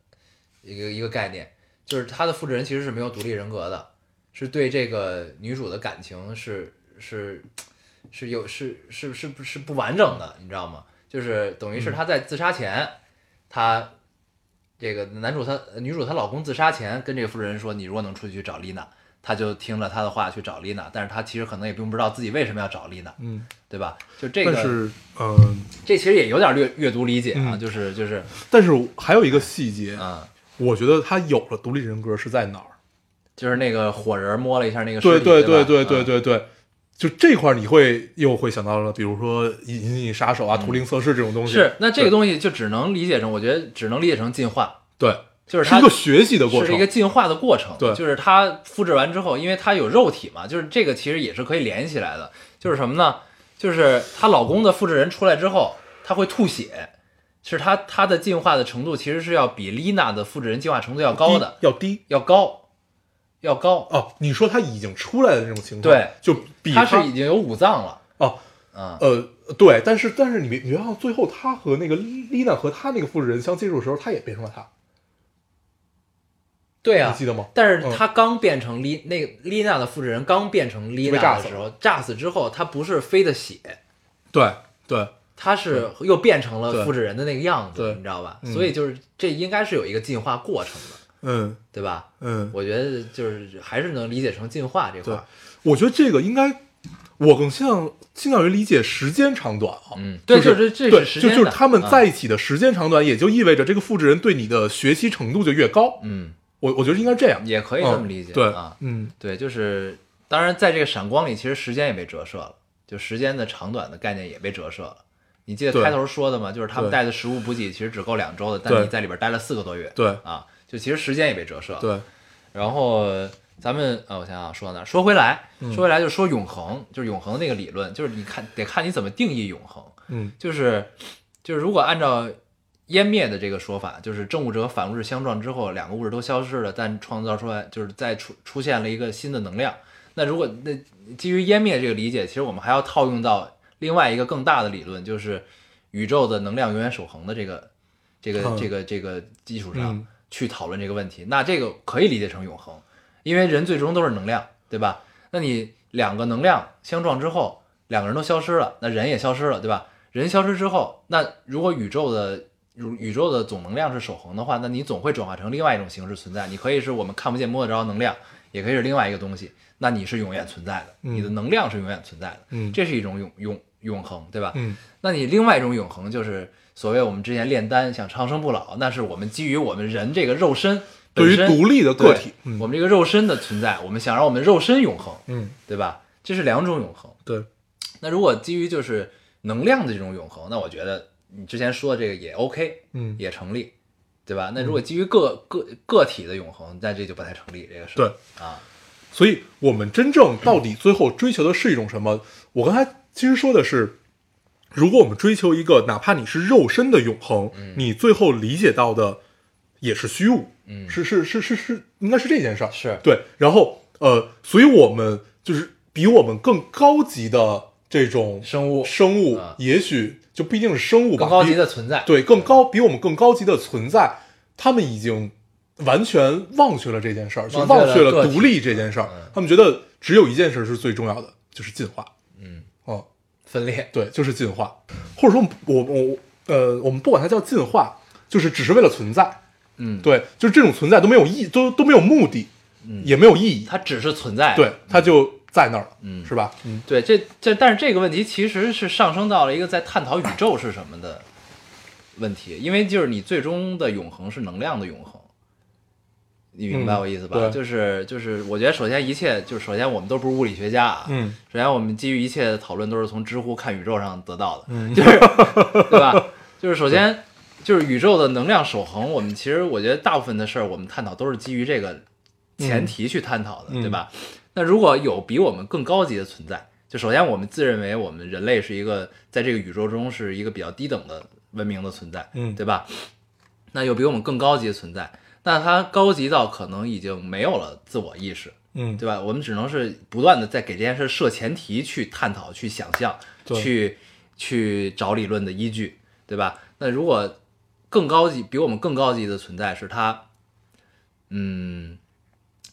B: 一个一个概念，就是她的复制人其实是没有独立人格的，是对这个女主的感情是是是有是是是不是不完整的，你知道吗？就是等于是她在自杀前，她这个男主她女主她老公自杀前跟这个复制人说，你如果能出去去找丽娜，他就听了她的话去找丽娜，但是他其实可能也并不知道自己为什么要找丽娜，
A: 嗯，
B: 对吧？就这个，
A: 但是嗯。
B: 这其实也有点阅阅读理解啊，
A: 嗯
B: 就是就是
A: 但是还有一个细节，
B: 啊、
A: 我觉得他有了独立人格是在哪儿？
B: 就是那个火人摸了一下那个尸
A: 对
B: 体，
A: 对
B: 对吧
A: 对对
B: 嗯
A: 对对，就这块儿你会又会想到了，比如说《银银翼杀手》啊、图灵测试这种东西。
B: 嗯是，那这个
A: 东
B: 东西就只能理解成，我觉得只能理解成进化，
A: 对，
B: 就是
A: 是
B: 它
A: 一个学习的过
B: 是
A: 程
B: 一个。进化的过程，
A: 对
B: 就是它复制完之后，因为它有肉体嘛，就是这个其实也是可以连起来的，就是什么呢？就是她老公的复制人出来之后，他会吐血，是她她的进化的程度其实是要比丽娜的复制人进化程度要高的，
A: 低要低
B: 要高，要高，
A: 哦。你说他已经出来的这种情况，
B: 对
A: 就比
B: 她
A: 他
B: 是已经有五脏了，
A: 哦，
B: 嗯，
A: 呃，对，但是但是你别你别忘，最后他和那个丽丽娜和他那个复制人相接触的时候，他也变成了他，
B: 对呀、
A: 你记得吗？
B: 但是
A: 嗯
B: 他刚变成丽、那个丽娜的复制人刚变成丽
A: 就被
B: 娜
A: 炸
B: 的
A: 死
B: 时候，炸死之后，他不是飞的血，
A: 对对
B: 他是又变成
A: 对
B: 了复制人的那个样
A: 对
B: 子，你知道吧？
A: 嗯
B: 所以就是这应该是有一个进化过程的，
A: 嗯
B: 对吧？
A: 嗯，
B: 我觉得就是还是能理解成进化这块
A: 对
B: 儿，，
A: 我觉得这个应该，我更倾向倾向于理解时间长短啊。
B: 嗯
A: 就
B: 对
A: 是
B: 这这
A: 对
B: 是时
A: 就
B: 间
A: 就是
B: 的
A: 他们
B: 嗯
A: 在一起的时间长短，也就意味着这个复制人对你的学习程度就越高。
B: 嗯，
A: 我我觉得应该这样，
B: 也可以
A: 嗯
B: 这么理解、
A: 对
B: 啊。
A: 嗯，
B: 对，就是当然在这个闪光里，其实时间也被折射了，就时间的长短的概念也被折射了。你记
A: 对
B: 得开头说的吗？就是他们
A: 对
B: 带的食物补给其实只够两周的，
A: 对
B: 但你在里边待了四个多月。
A: 对
B: 啊，就其实时间也被折射了。
A: 对，
B: 然后咱们呃，我想想说到哪儿？说回来，说回来就是说永恒，就是永恒那个理论，就是你看得看你怎么定义永恒。
A: 嗯
B: 就是就是如果按照湮灭的这个说法，就是正物质和反物质相撞之后，两个物质都消失了，但创造出来就是再出出现了一个新的能量。那如果那基于湮灭这个理解，其实我们还要套用到另外一个更大的理论，就是宇宙的能量永远守恒的这个这个
A: 嗯
B: 这个这个基础上
A: 嗯
B: 去讨论这个问题。那这个可以理解成永恒，因为人最终都是能量，对吧？那你两个能量相撞之后，两个人都消失了，那人也消失了，对吧？人消失之后，那如果宇宙的如宇宙的总能量是守恒的话，那你总会转化成另外一种形式存在。你可以是我们看不见摸得着的能量，也可以是另外一个东西。那你是永远存在的，
A: 嗯
B: 你的能量是永远存在的，
A: 嗯
B: 这是一种永永永恒，对吧？
A: 嗯
B: 那你另外一种永恒就是所谓我们之前炼丹想长生不老，那是我们基于我们人这个肉身
A: 对于
B: 本身
A: 独立的个体
B: 对
A: 嗯
B: 我们这个肉身的存在，我们想让我们肉身永恒，
A: 嗯，
B: 对吧？这是两种永恒。
A: 对，
B: 那如果基于就是能量的这种永恒，那我觉得你之前说的这个也 OK，
A: 嗯
B: 也成立，对吧？那如果基于个个个体的永恒，那这就不太成立这个事。
A: 对，
B: 啊，
A: 所以我们真正到底最后追求的是一种什么？我刚才其实说的是，如果我们追求一个哪怕你是肉身的永恒，你最后理解到的也是虚无，
B: 嗯
A: 是是是是是，应该是这件事儿，
B: 是
A: 对。然后呃，所以我们就是比我们更高级的这种
B: 生物
A: 生物
B: 啊，
A: 也许就不一定是生物吧，
B: 更高级
A: 比
B: 的存在。
A: 对，更高比我们更高级的存在，他们已经完全忘却了这件事儿，就
B: 忘却
A: 忘
B: 了
A: 却了
B: 个体
A: 独立这件事儿
B: 嗯。
A: 他们觉得只有一件事儿是最重要的，就是进化。
B: 嗯，
A: 嗯，
B: 分裂。
A: 对，就是进化，或者说我我我呃，我们不管它叫进化，就是只是为了存在。
B: 嗯，
A: 对，就是这种存在都没有意，都都没有目的，也没有意义。
B: 它只是存在。
A: 对，它就在那儿了，
B: 嗯
A: 是吧？嗯，
B: 对，这这，但是这个问题其实是上升到了一个在探讨宇宙是什么的问题，因为就是你最终的永恒是能量的永恒，你明白我意思吧？
A: 嗯对
B: 就是就是，我觉得首先一切就是首先我们都不是物理学家啊，
A: 嗯，
B: 首先我们基于一切的讨论都是从知乎看宇宙上得到的，嗯，就是对吧？就是首先就是宇宙的能量守恒，我们其实我觉得大部分的事儿我们探讨都是基于这个前提去探讨的，
A: 嗯
B: 对吧？那如果有比我们更高级的存在，就首先我们自认为我们人类是一个在这个宇宙中是一个比较低等的文明的存在，
A: 嗯
B: 对吧？那有比我们更高级的存在，那它高级到可能已经没有了自我意识，
A: 嗯，
B: 对吧？我们只能是不断的在给这件事设前提去探讨、去想象、
A: 对
B: 去去找理论的依据，对吧？那如果更高级、比我们更高级的存在是它，嗯，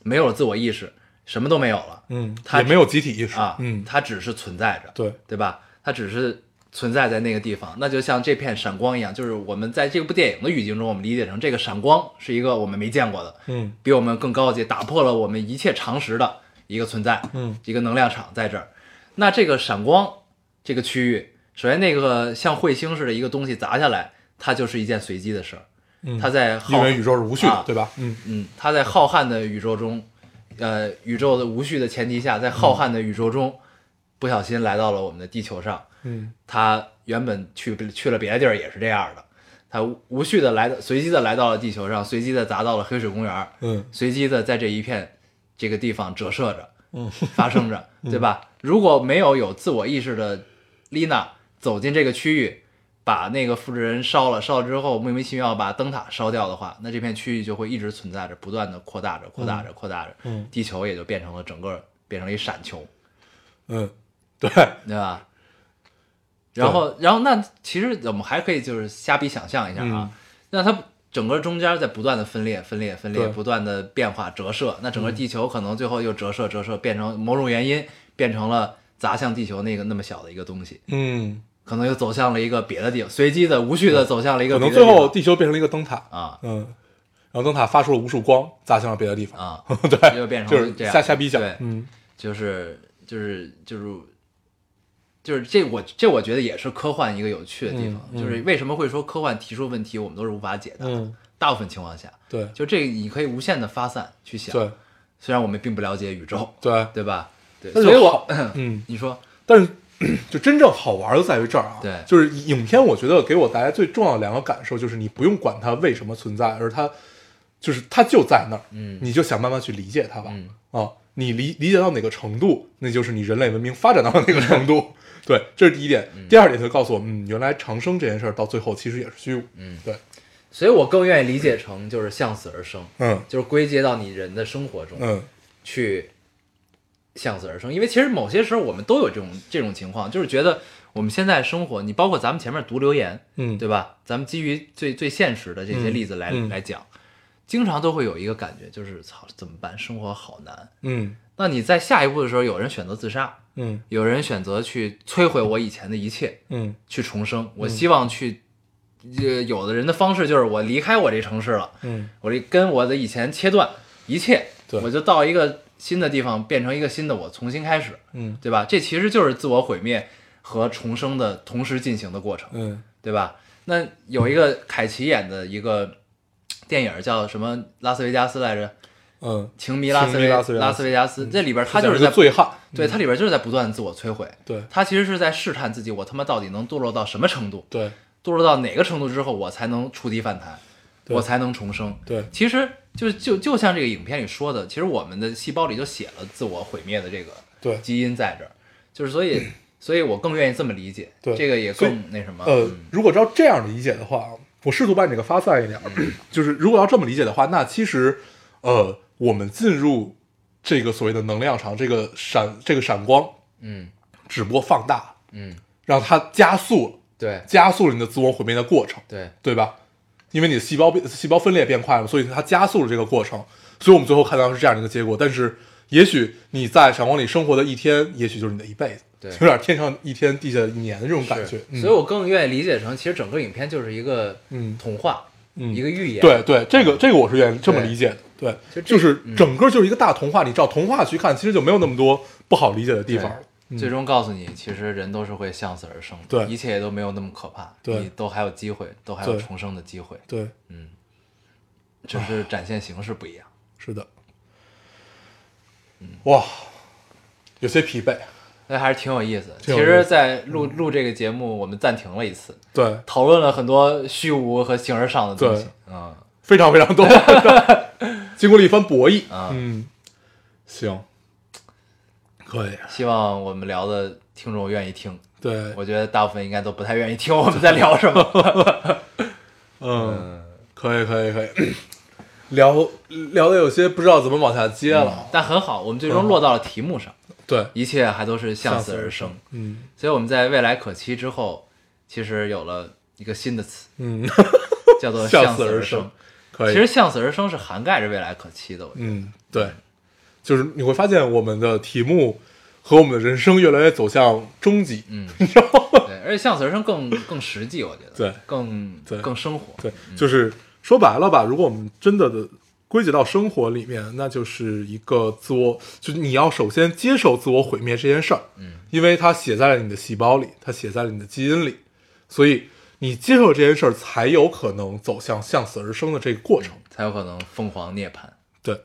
B: 没有了自我意识，什么都没有了，
A: 嗯，
B: 它
A: 也没有集体意识
B: 啊，
A: 嗯，
B: 它只是存在着，
A: 对，
B: 对吧？它只是存在在那个地方，那就像这片闪光一样，就是我们在这部电影的语境中，我们理解成这个闪光是一个我们没见过的，
A: 嗯
B: 比我们更高级，打破了我们一切常识的一个存在，
A: 嗯，
B: 一个能量场在这儿。那这个闪光这个区域，首先那个像彗星似的一个东西砸下来，它就是一件随机的事儿，
A: 嗯
B: 它在浩
A: 因为宇宙是无序的
B: 啊，
A: 对吧？嗯
B: 嗯，它在浩瀚的宇宙中呃宇宙的无序的前提下，在浩瀚的宇宙中，不小心来到了我们的地球上。
A: 嗯，
B: 他原本去去了别的地儿也是这样的，他无无序的来到，随机的来到了地球上，随机的砸到了黑水公园，
A: 嗯，
B: 随机的在这一片这个地方折射着，嗯，发生着，对吧？如果没有有自我意识的丽娜走进这个区域，把那个复制人烧了，烧了之后莫名其妙把灯塔烧掉的话，那这片区域就会一直存在着，不断的扩大着，扩大着，扩大着，
A: 嗯
B: 地球也就变成了整个变成了一闪球，
A: 嗯，对，
B: 对吧？然后，然后那其实我们还可以就是瞎逼想象一下
A: 嗯
B: 啊，那它整个中间在不断的分裂、分裂、分裂，
A: 对
B: 不断的变化折射，那整个地球可能最后又折射、折射，变成某种原因变成了砸向地球那个那么小的一个东西，
A: 嗯，
B: 可能又走向了一个别的地方，随机的、无序的走向了一个
A: 可
B: 别
A: 能
B: 的
A: 最
B: 地方
A: 后地球变成了一个灯塔，
B: 啊
A: 嗯，然后灯塔发出了无数光，砸向了别的地方，
B: 啊，
A: 对，
B: 又变成
A: 就
B: 了
A: 是
B: 这样
A: 瞎瞎逼想，
B: 对
A: 嗯
B: 就是就是就是就是这我这我觉得也是科幻一个有趣的地方，
A: 嗯嗯
B: 就是为什么会说科幻提出问题我们都是无法解答的，
A: 嗯，
B: 大部分情况下，
A: 对
B: 就这个你可以无限的发散去想，
A: 对
B: 虽然我们并不了解 宇宙，
A: 对，
B: 对吧？对，
A: 但
B: 所
A: 是
B: 以 我
A: 嗯，
B: 你说
A: 但是 就真正好玩儿就在于这儿啊，
B: 对
A: 就是影片我觉得给我带来最重要的两个感受就是你不用管它为什么存在，而它就是它就在那儿，
B: 嗯
A: 你就想办法去理解它吧，
B: 嗯
A: 啊，你理理解到哪个程度，那就是你人类文明发展到哪个程度。对，这是第一点。第二点就告诉我们，嗯，原来长生这件事儿到最后其实也是虚无。
B: 嗯
A: 对，
B: 所以我更愿意理解成就是向死而生，
A: 嗯
B: 就是归结到你人的生活中
A: 嗯
B: 去向死而生，因为其实某些时候我们都有这种这种情况，就是觉得我们现在生活，你包括咱们前面读留言，
A: 嗯，
B: 对吧？咱们基于最最现实的这些例子来、
A: 嗯嗯
B: 来讲，经常都会有一个感觉，就是操，怎么办？生活好难。
A: 嗯
B: 那你在下一步的时候，有人选择自杀，
A: 嗯
B: 有人选择去摧毁我以前的一切，
A: 嗯
B: 去重生。我希望去，呃，有的人的方式就是我离开我这城市了，
A: 嗯
B: 我这跟我的以前切断一切，
A: 对
B: 我就到一个新的地方，变成一个新的我，重新开始，
A: 嗯
B: 对吧？这其实就是自我毁灭和重生的同时进行的过程。
A: 嗯
B: 对吧？那有一个凯奇演的一个电影叫什么《拉斯维加斯》来着，《
A: 嗯，
B: 情迷拉斯
A: 情
B: 维
A: 迷拉斯维加嗯斯
B: 拉斯维加斯》这里边他就是是在
A: 醉汉。
B: 对他里边就是在不断的自我摧毁，
A: 嗯对
B: 他其实是在试探自己，我他妈到底能堕落到什么程度，
A: 对
B: 堕落到哪个程度之后，我才能触底反弹，
A: 对
B: 我才能重生。
A: 对，
B: 其实就就就像这个影片里说的，其实我们的细胞里就写了自我毁灭的这个
A: 对
B: 基因在这儿，就是所以，所以我更愿意这么理解，
A: 对
B: 这个也
A: 所以
B: 更那什么，
A: 呃
B: 嗯，
A: 如果照这样理解的话，我试图把你这个发散一点儿，
B: 嗯
A: 就是如果要这么理解的话，那其实，呃，我们进入这个所谓的能量场，这个闪，这个闪光，
B: 嗯
A: 只不过放大，
B: 嗯，
A: 让它加速了，
B: 对
A: 加速了你的自我毁灭的过程，
B: 对，
A: 对吧？因为你的细胞变细胞分裂变快了，所以它加速了这个过程，所以我们最后看到是这样的一个结果。但是，也许你在闪光里生活的一天，也许就是你的一辈子，
B: 对
A: 有点天上一天，地下一年的这种感
B: 是
A: 觉。嗯
B: 所以我更愿意理解成，其实整个影片就是一个
A: 嗯
B: 童话，
A: 嗯
B: 一个寓言。
A: 对对，这个这个我是愿意这么
B: 嗯对
A: 理解的。对，
B: 就这嗯
A: 就是整个就是一个大童话，你照童话去看，其实就没有那么多不好理解的地方了。
B: 对，最终告诉你，其实人都是会向死而生的，
A: 对
B: 一切也都没有那么可怕，
A: 对
B: 你都还有机会，都还有
A: 对
B: 重生的机会，
A: 对，
B: 只是展现形式不一样。
A: 是的。哇，有些疲惫。
B: 那还是挺有意思的。
A: 挺
B: 其
A: 有意思
B: 实，在录录这个节目，我们暂停了一次，
A: 对，
B: 讨论了很多虚无和形而上的东西
A: 对。
B: 嗯，
A: 非常非常多， 经过了一番博弈
B: 啊
A: 嗯，行，可以，
B: 希望我们聊的听众愿意听。
A: 对，
B: 我觉得大部分应该都不太愿意听我们在聊什么。
A: 嗯，可以，可以，可以，聊聊的有些不知道怎么往下接了，
B: 但很好，我们最终落到了题目上。
A: 对，
B: 一切还都是向死而生。
A: 嗯
B: 所以我们在未来可期之后，其实有了一个新的 词，
A: 嗯，
B: 叫做
A: 向
B: 死
A: 死而
B: 生哎
A: 生。，可以，
B: 其实向死而生是涵盖着未来可期的，我觉得
A: 嗯，对，就是你会发现我们的题目和我们的人生越来越走向终极，
B: 嗯，对，而且向死而生更更实际，我觉得，
A: 对，
B: 更
A: 对
B: 更生活，
A: 对，就是说白了吧，如果我们真的的归结到生活里面，那就是一个自我，就是你要首先接受自我毁灭这件事儿，嗯，因为它写在了你的细胞里，它写在了你的基因里，所以你接受这件事儿，才有
B: 嗯
A: 可能走向向死而生的这个过程。
B: 才有可能凤凰涅槃。
A: 对，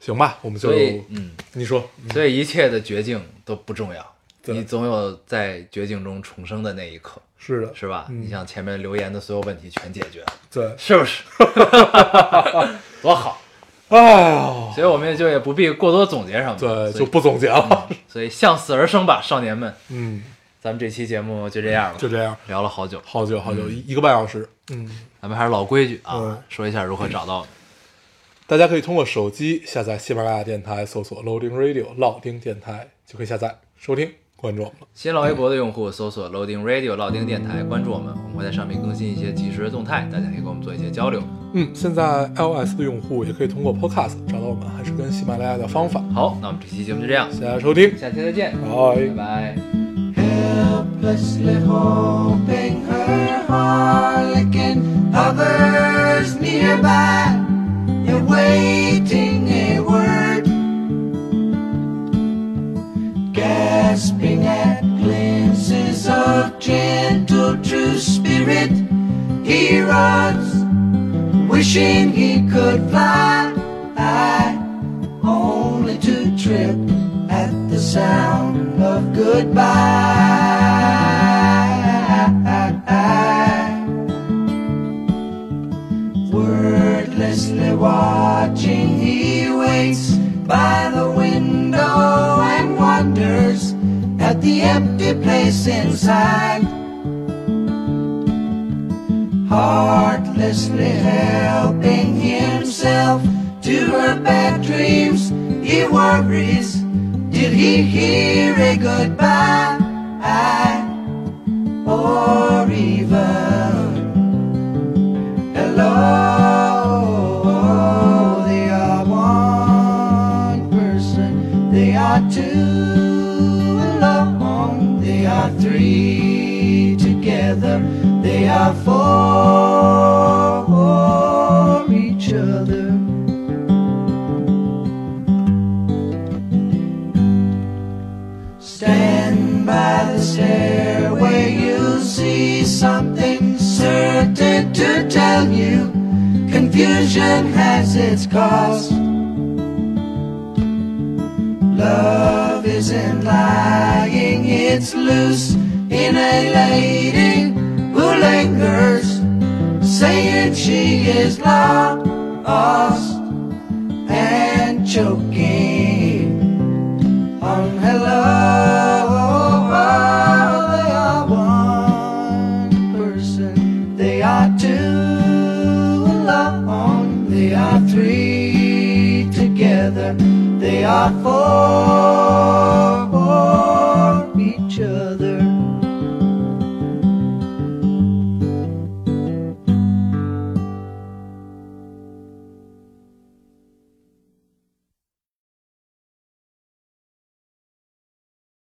A: 行吧，我们就
B: 嗯所以嗯，
A: 你说，
B: 所以一切的绝境都不重要，
A: 对
B: 你总有在绝境中重生的那一刻，
A: 是的，
B: 是吧？
A: 嗯
B: 你像前面留言的所有问题全解决了，
A: 对，
B: 是不是？ 多好！
A: 哎呀，
B: 所以我们也就也不必过多总结什么，
A: 对，
B: 所以
A: 就不总结了，
B: 所以向死而生吧，少年们！
A: 嗯，
B: 咱们这期节目就这样了，
A: 就这样，
B: 聊了好久，
A: 好久好久，一一个半小时，嗯。
B: 咱们还是老规矩
A: 嗯
B: 啊，说一下如何找到你
A: 大家可以通过手机下载喜马拉雅电台，搜索 Loading Radio 老丁电台，就可以下载收听关注我们了。
B: 新浪微博的用户搜索 Loading Radio 老丁电台，关注我们，我们会在上面更新一些即时的动态，大家可以跟我们做一些交流。
A: 嗯，现在 iOS 的用户也可以通过 Podcast 找到我们，还是跟喜马拉雅的方法。
B: 好，那我们这期节目就这样，
A: 谢谢大家收听，
B: 下期再见，
A: 拜
B: 拜。拜。
C: helplessly hoping her harlequin hovers nearby, awaiting a word, gasping at glimpses of gentle true spirit. He runs, wishing he could fly, only to trip at the sound of goodbye. Wordlessly watching, he waits by the window and wonders at the empty place inside. Heartlessly helping himself to her bad dreams, he worries. Did he hear a goodbye? Or even Hello, they are one person, they are two alone, they are three together, they are four each other. Stand by the stairway, you'll see something certain to tell you. Confusion has its cost. Love isn't lying, it's loose in a lady who lingers, saying she is lost and choking on hello. They are one person, they are two alone, they are three together, they are four each other.